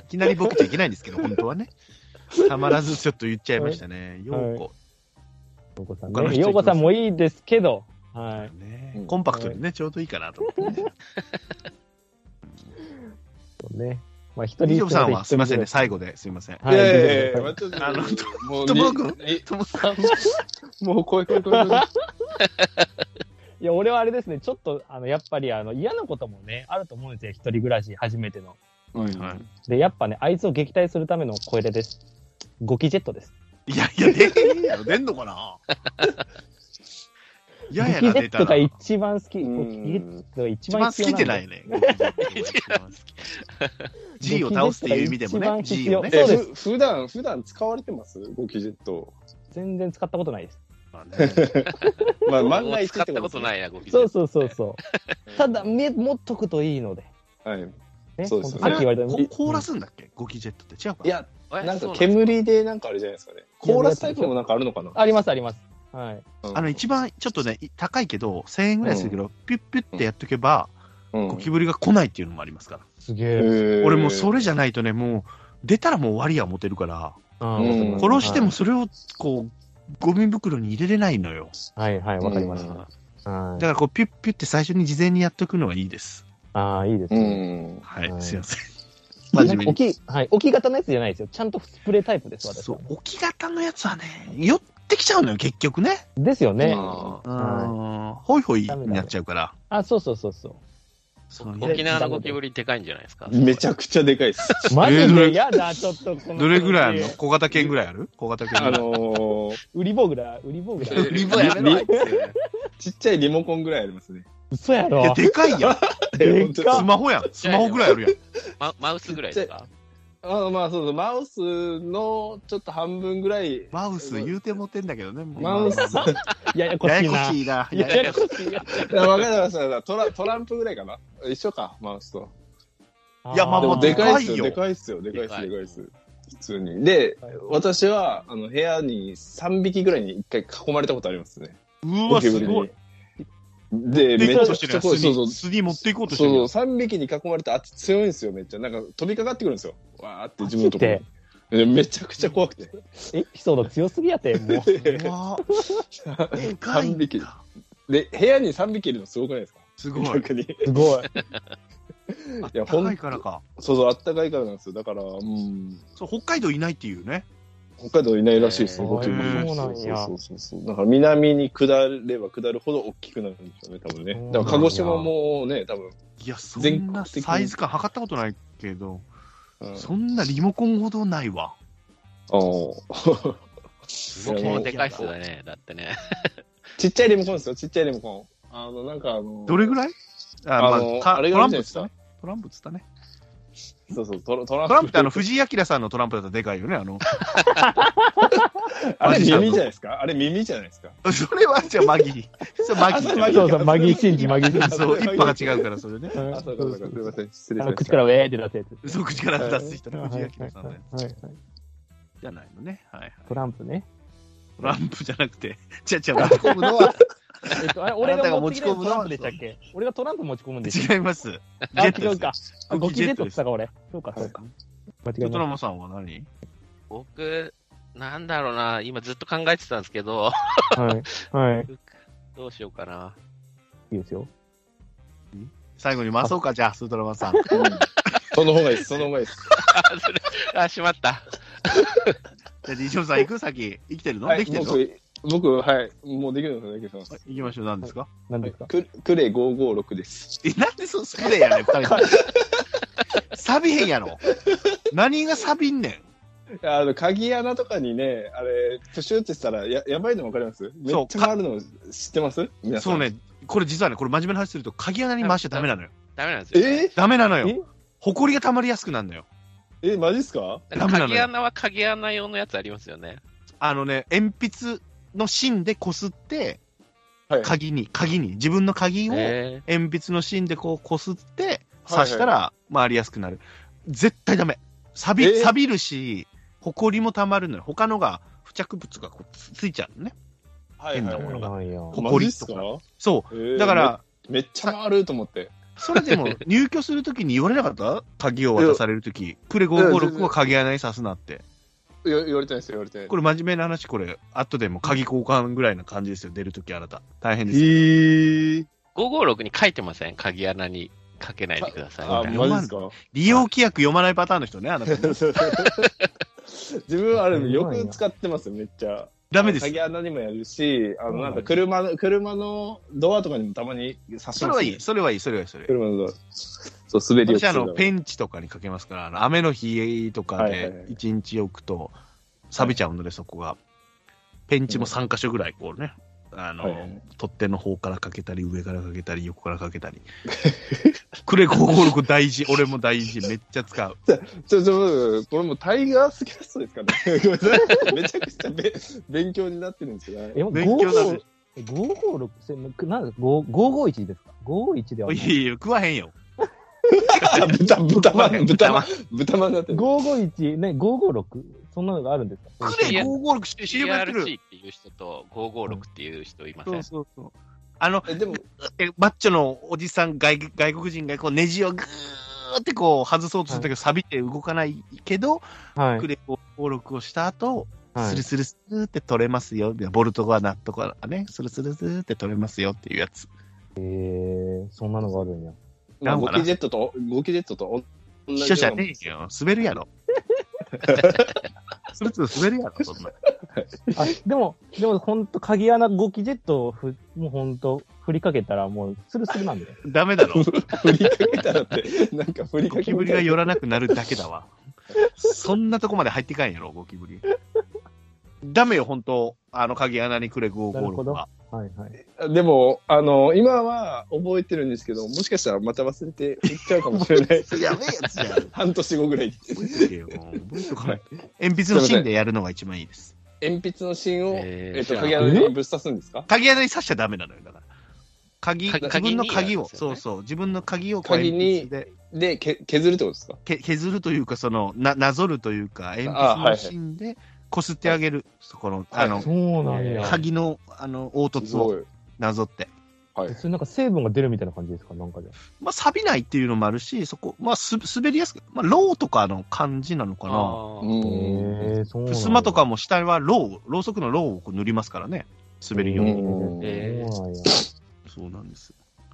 S1: きなりボケちゃいけないんですけど、本当はね。たまらずちょっと言っちゃいましたね。陽子。
S3: ようこさん
S1: 他の
S3: ね。
S1: 人
S3: ようこさんもいいですけど、はい。
S1: ね
S2: うん
S1: コンパクトでね、ちょうどいいかなと思ってね。
S3: そうね。まあ、一人
S1: ニ
S3: 一
S1: ジョ
S3: 人
S1: ブさんは、すいませんね、
S3: 一
S1: 最後ですいません。
S3: 人ぐらい
S2: いやいやいや
S3: はい。
S2: ちょっと
S1: あの
S2: もう
S1: ともくん
S2: に
S1: トモさん
S2: に もう、こいこいこいこい。
S3: いや、俺はあれですね、ちょっと、あの、やっぱり、あの、嫌なこともね、あると思うんですよ。一人暮らし、初めての。
S1: は
S3: で、やっぱね、あいつを撃退するための小枝です。ゴキジェットです。
S1: いやいや、出てんやろ、出んのかないやや
S3: ゴ
S1: な、
S3: キ
S1: 出
S3: ジェッ
S1: た
S3: トが
S1: ら。一
S3: 一番好き。
S2: うん
S3: ゴキジェットが一番
S1: 番
S3: 必
S1: 好
S3: 要
S1: き
S3: ん
S1: じ
S3: で
S1: ゃないね。G を倒すっていう意味でもね、
S3: ゴキジ
S1: G
S3: ェット
S1: を
S3: が
S1: ね
S3: 一番必要。そうで
S2: え、
S3: す。
S2: ふ普段、普段使われてますゴキジェット。
S3: 全然使ったことないです。
S1: まあね
S2: まあ、万が
S4: もう
S2: 一
S4: 使ったこと
S2: い。
S4: ないな、ゴキ
S3: そう
S4: う。
S3: そうそうそう。ただ、ね、持っとくといいので。
S2: はい。
S3: ね、
S2: そうです
S3: ほんと
S1: あ
S3: さっき言わ
S1: れ
S3: れたよう
S1: こ
S3: に
S1: 凍らすんだっけゴキジェットって違うか
S2: いや、
S4: え
S2: なんか、
S4: そう
S2: 煙でなんかあれじゃないですかね。コーラスタイプもなんかあるのかな
S3: ありますあります。はい。
S1: あの一番ちょっとね、い高いけど、1000円ぐらいするけど、ピュッピュッってやっとけば、
S2: うん
S1: ゴキブリが来ないっていうのもありますから。
S3: すげえ。
S1: 俺もうそ
S2: れ、
S1: れじゃないとね、もう出たらもう終わりや思ってるから、
S3: あ
S2: うん
S3: ーわかります
S1: 殺してもそれをこう、ゴミ袋に入れれないのよ。
S3: はいはい、わかります
S2: う。ん
S3: は
S1: だ
S3: い
S1: からこう、ピュッピュッって最初に事前にやっとくのはいいです。
S3: ああ、いいです
S2: う
S3: ね。
S2: ん。
S1: はい、
S3: はい
S1: すいません。
S3: なん
S1: 真面
S3: か
S1: 目
S3: 置
S1: に。
S3: き、はい、置き型のやつじゃないですよ。ちゃんとスプレータイプです、私
S1: そ
S3: は
S1: う。、置き型のやつはね、寄ってきちゃうのよ、結局ね。
S3: ですよね。
S4: あ
S1: うん、
S3: は
S1: ホイホイになっちゃうから。
S3: あ、そうそうそうそ
S1: そう
S4: ー沖縄のゴキブリでかいんじゃないですか。
S2: めちゃくちゃでかいです。
S3: う。マジ
S1: どれ
S3: で嫌だ、ちょっとこの。
S1: どれぐらいあるの小型犬ぐらいある小型犬ぐ
S2: あ
S1: らい。
S2: のー、
S3: 売り棒ぐらい、売り棒ぐらい。
S1: リボやめろあいつ
S2: ちっちゃいリモコンぐらいありますね。
S3: 嘘や
S1: いや、
S3: ろ。
S1: でかいやん。
S3: でっか
S1: スマホやん。スマホぐらいあるやん。
S4: ママウスぐらいですか
S2: あのまあそうそう、マウスのちょっと半分ぐらい、
S1: マウス言うてもってんだけどね。
S2: マウス、
S3: ややこ
S1: や
S3: しい
S1: やこ
S3: な。
S1: しいな。や
S3: や
S1: や
S3: やこしいな。
S2: いやわかりました。トラトランプぐらいかな。一緒か、マウスと。
S1: いやまあ
S2: で
S1: まあ
S2: もでかいっす
S1: でかいよ
S2: よ、でかいっすよ、でかいっす、
S4: でかい
S2: でかいっす。普通に。で、私は、あの、部屋に3匹ぐらいに1回囲まれたことありますね。
S1: うわ、すごい。
S2: ゴキブリに。で、
S1: め
S2: め
S1: っち
S2: っち
S1: ゃ
S2: ゃ
S1: してるやん。
S2: そうそう。
S1: 巣に持っていこうとしてるや
S2: そ
S1: ん
S2: う。そう、3匹に囲まれて、あっち強いんですよ、めっちゃ。なんか飛びかかってくるんですよ。わーって自分のとこ
S3: マ
S2: に。でめちゃくちゃ怖くて。
S3: エピソード強すぎやて、もう。
S1: うわでかいん
S2: 3匹
S1: だ。
S2: で、部屋に3匹いるのすごくないですか
S1: すごい。
S2: 逆に。
S3: すごい。
S2: いや、ほ
S1: 高
S2: ん
S1: い、からか。
S2: そうそう、あったかいからなんですよ。だから、うん、
S1: そう北海道いないっていうね。
S2: 北海道いないらしいです
S4: へ
S2: ね、
S4: ー
S2: ゴキブリ
S3: そうなんや
S2: そうそうそうそう。だから南に下れば下るほど大きくなるんですよね、多分ね。だから鹿児島もね、多分。
S1: いや、そ
S2: 全
S1: んな
S2: 国的に
S1: サイズ感測ったことないけど、
S2: うん
S1: そんなリモコンほどないわ。
S2: あー
S4: すごいでかいっすよね。だってね。
S2: ちっちゃいリモコンですよ、ちっちゃいリモコン。あの、なんかあの、
S1: どれぐ
S2: い
S1: らい
S2: あ
S1: あ、まあ
S2: の、
S1: た
S2: あ
S1: ト
S2: れが
S1: ラ
S2: あ
S1: ン
S2: る
S1: プ
S2: じゃ
S1: っつった
S2: ないですか
S1: ね。トランプっつったね。
S2: そうそう、トラトラン
S1: トランプってあの、藤井明さんのトランプだったらでかいよね、あの。
S2: あれ耳じゃないですかあれ耳じゃないですか
S1: それはじゃあマギー。 それマギーじゃない
S3: そうそう、マギー真治、マギー真 治。
S1: そう、一派が違うから、それね。
S3: うん
S2: あ、そうかそうか、すいません、失礼
S3: あ
S2: しま
S3: の
S2: し
S3: 口
S2: た
S3: か。らウェーって出すや つ。
S1: そう、口から脱出したの藤井明さんのや
S3: はいはいはい
S1: つじゃないのね。はいはい。
S3: トランプね。
S1: トランプじゃなくて、 じゃじゃ持ち込むのは
S3: えっと、あれ俺が持ち込むト
S1: あな
S3: ラ
S1: たが持ち込むのは
S3: ンプでしたっけ俺がトランプ持ち込むんでしょ
S1: 違います。ジ
S3: あ、
S1: ェット
S3: 違
S1: で
S3: う
S1: すよ
S3: か。。あ、ゴキジェットって言ってたか、俺。そうか、そうか。間
S1: ウ
S3: 違え
S1: ルト
S3: な
S1: ラ
S3: い。
S1: マンさんは何
S4: 僕、なんだろうな。今ずっと考えてたんですけ
S3: は
S4: ど、
S3: い。はい。
S4: どうしようかな。
S3: いいですよ。
S1: 最後に 回そうか、じゃあ、スートラマンさん。
S2: その方がいいです、その方がいいです。
S4: あ、それ、あ、しまった。
S1: じゃあ、ディションさん行く先、生きてるの、
S2: はい
S1: できてるの
S2: 僕、僕、はい、もうできるんですよ、できるんですよ。
S1: 行きましょう、何ですか、
S3: 何ですか
S2: ククレ556です。
S1: え、なんでそのスプレーやねん、二人とも。 サビへんやろ。何がサビんね
S2: あの、鍵穴とかにね、あれ、プシュってしたらや、やばいのわかりますめっちゃ回るの知ってます
S1: ん。
S2: 皆さん。
S1: そう。ね、これ実はね、これ真面目な話すると、鍵穴に回しちゃダメなのよ。
S4: ダメなんですよ。
S2: え
S1: ダメなの
S3: え
S1: よ。埃が溜まりやすくなるのよ。
S2: え、マジっすか
S1: ダメなのよ
S4: 鍵穴は鍵穴用のやつありますよね。
S1: あのね、鉛筆の芯でこすって、
S2: はい。
S1: 鍵に、鍵に、自分の鍵を鉛
S4: え
S1: 筆の芯でこうこすって、
S2: はい
S1: 刺したら回りやすくなる。絶対ダメ。錆び、
S2: えー
S1: 錆びるし、埃も溜まるのよ。他のが、付着物がこうつついちゃうのね。
S2: はい
S1: 変
S2: はい
S1: なも
S2: は
S1: の
S3: なんや。
S2: い。
S1: 埃
S2: マジっすか
S1: とかそ
S2: え
S1: う。
S2: ー
S1: だから、
S2: め、めっちゃ回ると思って。
S1: それでも入居するときに言われなかった鍵を渡されると き、クレ556は鍵穴に刺すなって。
S2: よ言われてないですよ、言われてない。
S1: これ真面目な話、これ、後でも鍵交換ぐらいな感じですよ、出るときあなた。大変
S2: え
S1: ですよ。
S2: ー。
S4: ー、556に書いてません鍵穴にかけないでくださいみ
S2: あ、
S4: たいな。
S2: マジっすか
S1: 利用規約読まないパターンの人ね、あな たね。
S2: 自分あれよく使ってますよめっちゃ
S1: ダメです
S2: 鍵穴にもやるしあ
S3: う
S2: の
S3: ん
S2: なんか車の車のドアとかにもたまに刺します
S1: それはいい、それはいい、それはいい、それはいい。
S2: 車のドアそう滑り落
S1: 私、
S2: ち
S1: あ
S2: る
S1: の、ペンチとかにかけますから、あの雨の日とか
S2: はいはい
S1: で
S2: はい
S1: 1日置くと、錆びちゃうので、そこが。ペンチも3箇所ぐらい、こうね、あの、
S2: はいはい
S1: 取っ手の方からかけたり、上からかけたり、横からかけたり。クレ556大事、俺も大事、めっちゃ 使う。
S2: ちょちょこれもうタイガースキャストですかね ごめんなさいめちゃくちゃべ勉強になってるんですよね
S3: え、もう
S1: 勉強だね
S3: 55え556せなんか5 551ですか ?551 ではいない。
S1: やいや、食わへんよ。
S2: あ豚豚まん豚まん豚まんになってる
S3: 551、ね、556? そんなのがあるんですか
S1: クレ556して CM やってる
S4: CRC。っていう人と556っていう人いません、
S1: そうそうそう。あの、
S2: えでも
S1: えマッチョのおじさん、外外国人がこうネジをぐーってこう外そうとするんだけど、錆びて動かないけど、
S3: はい
S1: ク。レ556をした後、
S3: は
S1: ス
S3: い
S1: ルスルスルって取れますよ。ボルトがナットがね、スルスルスルって取れますよっていうやつ。
S3: えーそんなのがあるんや。
S1: な
S2: まあ
S1: んか
S2: ゴ
S1: な
S2: キジェットとゴキジェットと同じ
S1: 一緒
S2: よう
S1: じゃ
S2: な
S1: ねえよ。滑るやろ。スルスル滑るやろ、そんな。
S3: あでも、でも本当鍵穴ゴキジェットをふ、もう本当振りかけたらもうスルスルなんで。
S1: ダメだろ。
S2: 振りかけたらってなんか振りか
S1: ゴ
S2: け
S1: キブリが寄らなくなるだけだわ。そんなとこまで入っていかんやろ、ゴキブリ。ダメよ、本当あの鍵穴にくれ
S3: なるほ
S1: 556
S3: ど
S1: は。
S3: はいはい。
S2: でも、あの、今は覚えてるんですけど、もしかしたらまた忘れていっちゃうかもしれない。
S1: やべえやつじゃん。
S2: 半年後ぐらいに。
S1: 覚えとけよ。覚えとかない。鉛筆の芯でやるのが一番いいです。
S2: 鉛筆の芯を、
S4: えー
S2: えっと、
S4: じゃあ
S2: 鍵穴にぶっ刺すんですか
S1: 鍵穴に刺しちゃダメなのよ、だから。鍵、
S4: 鍵
S1: 自分の
S4: 鍵
S1: 鍵
S4: にやるん
S1: を、
S4: ですよ
S1: そ
S4: ね
S1: うそう、自分の鍵を
S2: 鍵に
S1: こう鉛筆で
S2: で、け削るってことですか
S1: け削るというか、その、な、なぞるというか、鉛
S2: あは
S1: 筆の
S2: いはい
S1: 芯でこすってあげる、そこの、
S2: はい
S1: あの、
S3: そうなんや。
S1: 鍵の、あの、凹
S2: す
S1: 凸
S2: ご
S1: を
S2: い。
S1: なぞって。
S2: はい。
S3: それなんか成分が出るみたいな感じですかなんかで。
S1: まあ、錆びないっていうのもあるし、そこ、まあ、す、滑りやすく、まあ、ローとかの感じなのかな。
S4: あ
S2: うん。
S3: へえ、そうなんや。
S1: 襖とかも下はロー、ろうそくのローをこう塗りますからね。滑るよう
S3: へ
S1: に。
S3: ー
S4: えー
S3: そうなんや。
S1: そうなんです。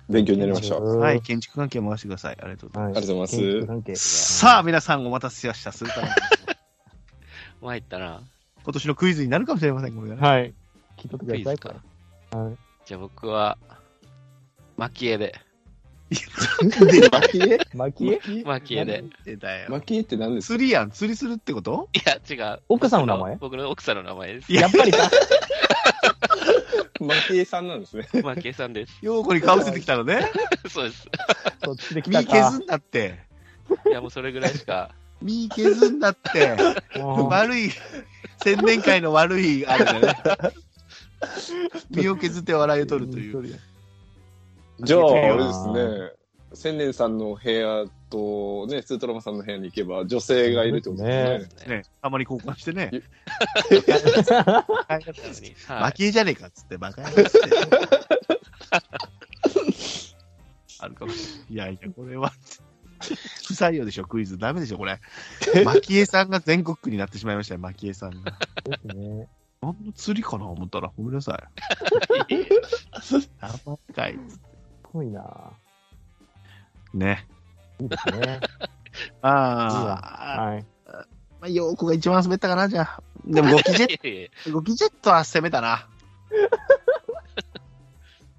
S2: 勉強になりました。あり
S1: は、。
S3: はい
S1: 建築関係回してください。ありがとうござい
S3: あ
S2: がとうございます。
S1: ま。
S3: ます
S1: さあ、皆さんお待たせしました。する かな
S4: 参ったな。
S1: 今年のクイズになるかもしれません、これがね。
S3: はい。聞いとってく
S4: ク
S3: だ
S4: イ
S3: さ
S4: ズ
S3: い。
S4: か。
S3: はい
S4: じゃあ僕は、蒔絵で。
S2: 巻き絵
S3: 巻き絵
S4: 蒔絵で。
S1: 出たよ。
S2: 巻き絵って何ですか
S1: 釣りやん。釣りするってこと
S4: いや、違う。
S3: 奥さんの名前
S4: 僕の奥さんの名前です。
S3: やっぱりか。
S2: 巻き絵さんなんですね。
S4: 蒔絵さんです。
S1: ようこにかぶせてきたのね。
S4: そうです。
S3: そっちで来
S1: 身
S3: たか
S1: 削。んだって。
S4: いや、もうそれぐらい しか。
S1: 身削んだって。
S3: あ
S1: 悪い、宣伝会の悪い、あれだ ね。身を削って笑いを取るという。
S2: じゃあ、
S1: あ
S2: あ
S1: れ
S2: れ
S1: で
S2: ですね。千年さんの部屋と、ね、スートラマさんの部屋に行けば、女性がいるってことですね。
S1: ね、たまに交換してね。
S3: ー
S4: はい
S1: 負けじゃねえかっつって、バカやなっつ って。あるかもしれない。いやいや、これは。不採用でしょ、クイズ。ダメでしょ、これ。蒔絵さんが全国区になってしまいましたよ、蒔絵さんが。
S3: ですね。
S1: 何の釣りかな思ったら、ごめんなさい。何万回。
S3: すごいな。
S1: ね。
S3: いいですね。
S1: ああ、
S3: はい。
S1: まあ、陽子が一番滑ったかな、じゃあ。でも、ゴキジェッ
S4: いやいやい
S1: ト、ゴキジェットは攻めたな。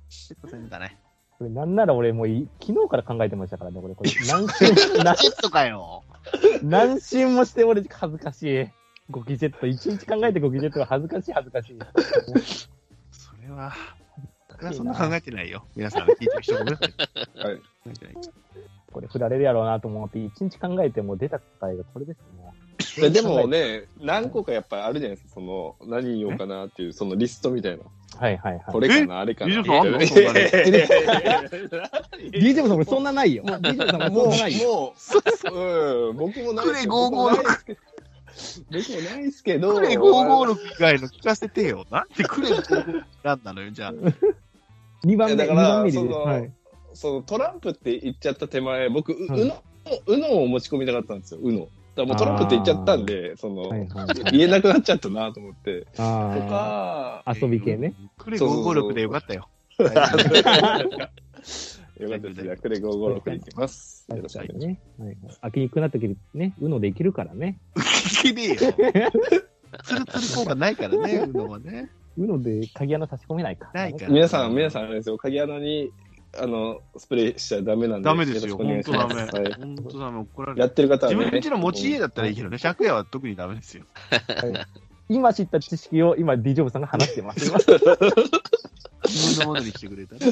S1: ちょっと攻めたね。
S3: これなんなら俺もうい昨日から考えてましたからね、これ。これ何週も、な
S1: ジェットかよ。
S3: 何週もして俺恥ずかしい。ゴキジェット、一日考えてゴキジェットは恥ずかしい恥ずかしい。
S1: それは、僕はそんな考えてないよ。皆さん、聞いてる人ごめんなさい。
S2: はい。
S1: 考えてない
S3: これ振られるやろうなと思って、一日考えてもう出た答えがこれですね。
S2: ででもね、何個かやっぱりあるじゃないですか、その、何言おうかなっていう、そのリストみたいな。
S3: はいはいはい。
S2: これかな、あれかな。
S1: リストあんの
S2: みたいな
S1: そんなに
S2: いやいやいやいや
S3: DJ さんこれそんなないよ。DJ さんこれ
S2: もう、
S3: そん
S2: も
S3: なないよ。
S2: う、うん、僕もないです
S1: クレ
S2: けど。
S1: 55の
S2: 僕もないですけど。
S1: ク
S2: 僕もないです
S1: レ
S2: けど。
S1: 556以外の聞かせてよ。なんでクレ556選んだのよ、じゃあ。
S3: 2番目、
S2: いやだ
S3: 2
S2: から
S3: 番目
S2: そ
S3: に。
S2: の
S3: はい
S2: そのトランプって言っちゃった手前、僕、う
S3: はい
S2: うの、うのを持ち込みたかったんですよ、うの。だからもうトランプって言っちゃったんで、その、
S3: はいはいはい
S2: 言えなくなっちゃったなと思って。と
S3: あ
S2: か、
S3: ー遊び系ね。。
S1: クレ556でよかったよ。
S2: よかったです。じゃあ、クレ556でいきます。よろしくお願いします。
S3: ね。はいはい。秋にくなった時にね、うのできるからね。
S1: 聞けねえよ。ツルツル効果ないからね、うのはね。
S3: うので鍵穴差し込めないか。
S1: ないから
S2: 皆さん、皆さんあれですよ、鍵穴に、あの、スプレーしちゃダメなんで。
S1: ダメですよ。
S2: ろ
S1: 本
S2: しく
S1: 当
S2: お願
S1: ダメ
S2: いしますはい。
S1: 本当ダメ。怒られ
S2: や
S1: る。
S2: ってる方は
S1: 自
S2: ね。
S1: 分ちの持ち家だったらいいけどね、借家は特にダメですよ。
S3: 今知った知識を今 D ジョブさんが話してます。
S1: 自分のものにしてくれた ら。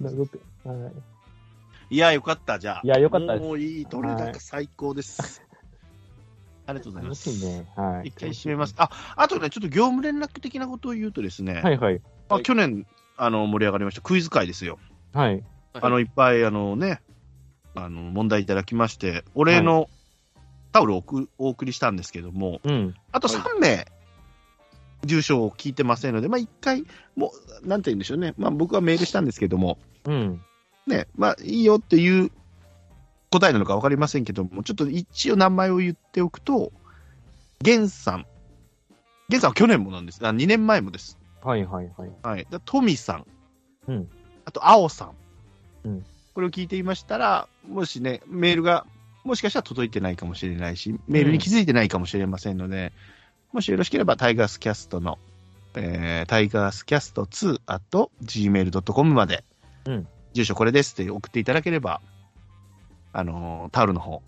S3: なるほどはい
S1: いや、よかった、じゃあ。
S3: いやよかったです
S1: もういい、どれだけ最高です。ありがとうございま
S3: 楽
S1: す。
S3: しいね。はい。
S1: 一回締めます。あ、あとね、ちょっと業務連絡的なことを言うとですね、
S3: はいはい。
S1: まあ、去年、あの、盛り上がりました、クイズ会ですよ。
S3: はい。
S4: はい
S1: あの、いっぱい、あのね、あの、問題いただきまして、お礼のタオルをおくお送りしたんですけども、
S3: うん。
S1: あと3名、住所を聞いてませんので、まあ、1回、もう、なんて言うんでしょうね、まあ、僕はメールしたんですけども、
S3: うん。
S1: ね、まあ、いいよっていう答えなのか分かりませんけども、ちょっと一応名前を言っておくと、源さん。源さんは去年もなんです。あ、2年前もです。
S3: はいはいはい。
S1: はい。だ富さん。
S3: うん
S1: あと、青さん。
S3: うん
S1: これを聞いていましたら、もしね、メールが、もしかしたら届いてないかもしれないし、メールに気づいてないかもしれませんので、もしよろしければ、タイガースキャストの、えー、タイガースキャスト2、あと、gmail.com まで、
S3: うん
S1: 住所これですって送っていただければ、あのータオルの方、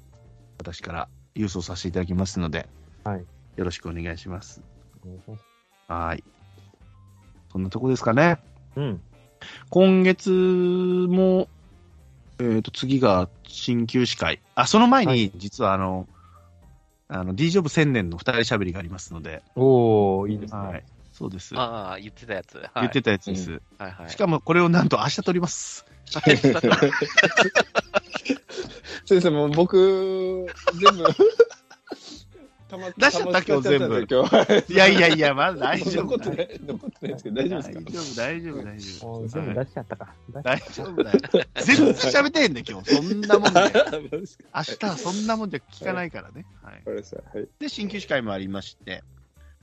S1: 私から郵送させていただきますので、
S3: はい
S1: よろしくお願いします。はい。そんなとこですかね。
S3: うん。
S1: 今月も、えっ、と、次が新旧司会。あ、その前
S3: は
S1: に、実はあの、あの、D ジョブ千年の二人喋りがありますので、
S3: おおいいですね。
S1: はい。そうです。
S4: ああ、言ってたやつ。はい、
S1: 言ってたやつです。
S4: はいはい。
S1: しかも、これをなんと明日撮り ます。
S2: 先生、もう僕、全部、たま
S1: 出しちゃった今日全部
S2: たま使っちゃったんですよ今日
S1: いやいやいや、まだ 大丈
S2: 残
S1: 夫。
S2: ってない、残ってないですけど、大丈夫ですか
S1: 大丈夫、大丈
S3: お
S1: 夫、
S3: ー全部
S1: 大丈夫。
S3: 出しちゃったか。出し
S1: 大丈夫だよ。全部喋ってへんね、今日。そんなもんで。
S2: あマジですか
S1: 明日はそんなもんじゃ聞かないからね。はい
S2: わか、りました。はい。
S1: で、新旧司会もありまして。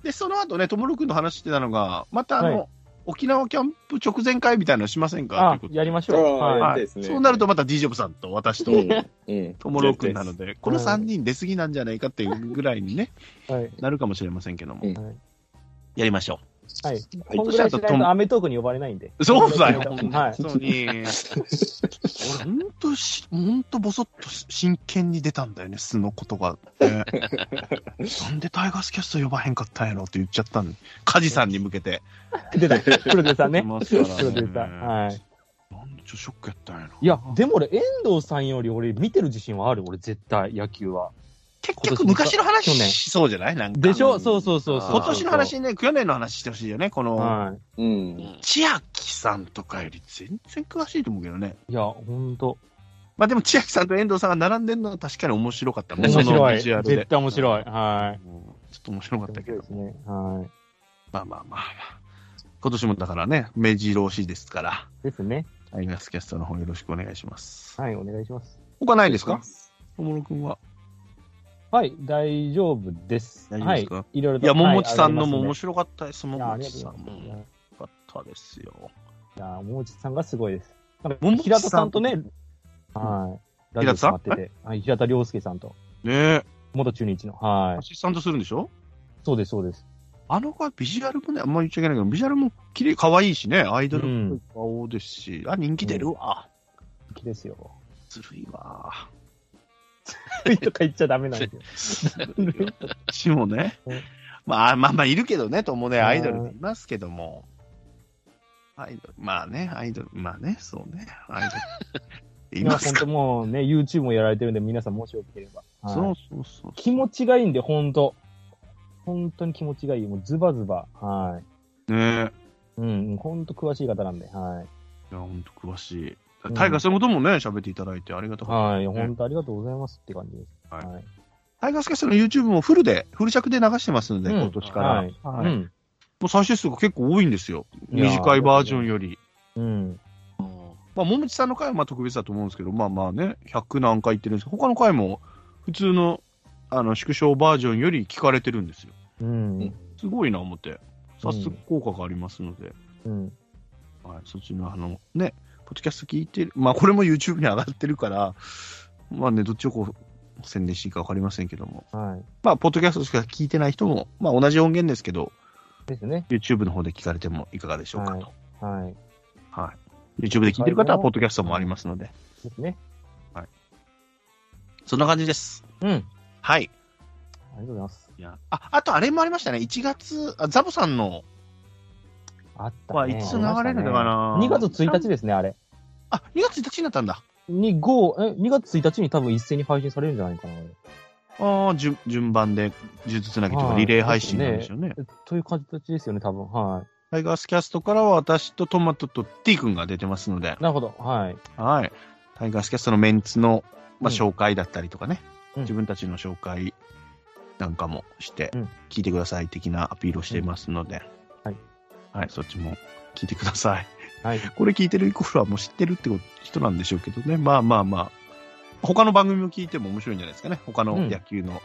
S1: で、その後ね、ともるくんの話してたのが、またあの、
S3: は
S1: 沖縄キャンプ直前会みたいなのしませんかとい
S3: あ
S1: うこと、で
S3: やりまし
S2: あ
S3: ょう。
S2: ー
S3: はい。
S2: や
S1: は
S2: りたい
S1: い
S2: ですね
S1: そうなるとまた D ジョブさんと私と
S2: うん。
S1: ともろくんなので、この3人出過ぎなんじゃないかっていうぐらいにね、
S3: はい。
S1: なるかもしれませんけども、
S2: うん
S3: はい
S1: やりましょ
S3: はい。
S2: はい
S3: こんぐらいしないとアメトークに呼ばれないんで。
S1: う。そうだよ、
S3: はい
S1: 本当に。俺、本当し、本当ぼそっと真剣に出たんだよね、素の言葉 ねなんでタイガースキャスト呼ばへんかったんやろって言っちゃったの。カジさんに向けて。
S3: 出た。プロデューサーね
S1: 出。ます
S3: プ
S1: か
S3: ロ
S1: ら
S3: デ
S1: ね
S3: ューサー。はい。
S1: なんちょショックやったんやろ。
S3: いや、でも俺、遠藤さんより俺、見てる自信はある。俺、絶対、野球は。
S1: 結局昔の
S3: 去年
S1: 話しそうじゃないなんか。
S3: でしょそうそうそうそう。
S1: 今年の話ね、去年の話してほしいよね、この。
S3: は
S2: うん。
S1: 千秋さんとかより全然詳しいと思うけどね。
S3: い。いや、ほんと。
S1: まあでも千秋さんと遠藤さんが並んでるのは確かに面白かったもんね、
S3: 面
S1: その
S3: 白い。
S1: ビジュアル
S3: 絶
S1: で。
S3: 対面白い。はい。
S1: うんちょっと面白かったけど
S3: で、すね。は
S1: まあまあまあまあ。今年もだからね、目白押しですから、
S3: い。ですね。
S1: タイガースキャストの方よろしくお願いします。
S3: はい、お願いします。
S1: 他ないですか小室くんは。
S3: はい、大丈夫です。
S1: 大丈夫ですか
S3: はい、いろいろ
S1: い
S3: と。
S1: や、桃地さんのも
S3: はい
S1: 面白かったです。
S3: いや
S1: 桃
S3: あり
S1: 地
S3: がと
S1: さ
S3: うご
S1: ん
S3: ざい
S1: も
S3: ま
S1: 面
S3: す
S1: 白かったですよ。
S3: いや、桃地さんがすごいです。なん
S1: 桃地さん
S3: か平田さんとね、はい、ラジオ決まってて、はい、平田良介さんと、
S1: ねえ、
S3: 元中日の、は
S1: ア
S3: い、
S1: シスタントするんでしょ
S3: そうです、そうです。
S1: あの子はビジュアルもね、あんま言っちゃいけないけど、ビジュアルも綺麗、可愛いしね、アイドルっぽい顔ですし、あ、人気出るわ。
S3: 好きですよ。
S1: ずるいわ。
S3: ついとか言っちゃダメなんですよ。
S1: しもね
S3: うん。
S1: まあまあまあ、いるけどね、ともね、
S3: うん
S1: アイドルでいますけども。アイドル、まあね、アイドル、まあね、そうね、アイド ル。い
S3: 今、
S1: ま
S3: 本
S1: す
S3: 当
S1: か
S3: もうね、YouTube もやられてるんで、皆さんもしよければ。はい
S1: そうそうそう。
S3: 気持ちがいいんで、本当本当に気持ちがいい。もうズバズバ。はい。
S1: ね
S3: うん、本当詳しい方なんで、はい。
S1: いや、ほんと詳しい。
S3: うん
S1: タイガースのこともね、喋っていただいてありがとうございま
S3: はい、本当ありがとうございますって感じです。
S1: はい
S3: はい。
S1: す。タイガースキャストの YouTube もフルで、フル尺で流してますので、
S3: うん
S1: 今年から。
S3: はい
S1: はい
S3: う
S1: も
S3: ん。
S1: う再生数が結構多いんですよ。
S3: いやー
S1: 短いバージョンより。
S3: うん。
S1: まあ、もみちさんの回はまあ特別だと思うんですけど、まあまあね、100何回言ってるんですけど、他の回も普通のあの縮小バージョンより聞かれてるんですよ。
S3: うん。
S1: すごいな、思って。早速効果がありますので、
S3: うん。
S1: はい、そっちのあの、ね、ポッドキャスト聞いてる、まあこれも YouTube に上がってるから、まあね、どっちをこう宣伝していいか分かりませんけども、
S3: はい。
S1: まあ、ポッドキャストしか聞いてない人も、まあ同じ音源ですけど、
S3: ですね。
S1: YouTube の方で聞かれてもいかがでしょうかと。
S3: はい。
S1: はい、YouTube で聞いてる方は、ポッドキャストもありますので、
S3: ですね。
S1: そんな感じです。
S3: うん。あり
S1: はい。
S3: がとうございます。
S1: いやああと、あれもありましたね、1月、あザボさんの、
S3: あった、ね。
S1: まあいつ流れるのかな
S3: ありましたね ?2 月1日ですね、あれ。
S1: あ2月1日になったんだ、
S3: に、5、え、2月1日に多分一斉に配信されるんじゃないかな、あれ
S1: あー順順番で、呪術つなぎとか、
S3: はい
S1: リレー配信なんですよね。
S3: えという形ですよね、多分。は
S1: タイガースキャストからは、私とトマトと T 君が出てますので
S3: い。、なるほど。はい。
S1: はい、タイガースキャストのメンツの、まあ、
S3: うん
S1: 紹介だったりとかね、
S3: うん
S1: 自分たちの紹介なんかもして、
S3: うん
S1: 聞いてください的なアピールをしていますので、
S3: うんはい
S1: はい、そっちも聞いてください。
S3: はい。
S1: これ聞いてるイコールはもう知ってるって人なんでしょうけどね。まあまあまあ。他の番組も聞いても面白いんじゃないですかね。他の
S3: うん
S1: 野球の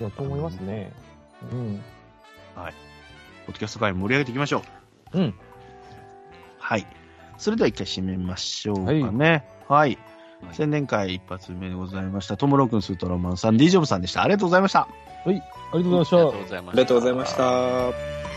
S3: だと思いますね。うん。
S1: ポッドキャスト会盛り上げていきましょう。
S3: うん。
S1: はい。それでは一回締めましょうかね。はい。宣伝会一発目でございました。ともろくん、スートロマンさん、D ジョブさんでした。ありがとうございました。
S3: ありがとうございまし
S4: あり
S3: た
S4: がとう。ございま
S2: あ
S4: し
S2: り
S4: た
S2: がとうございました。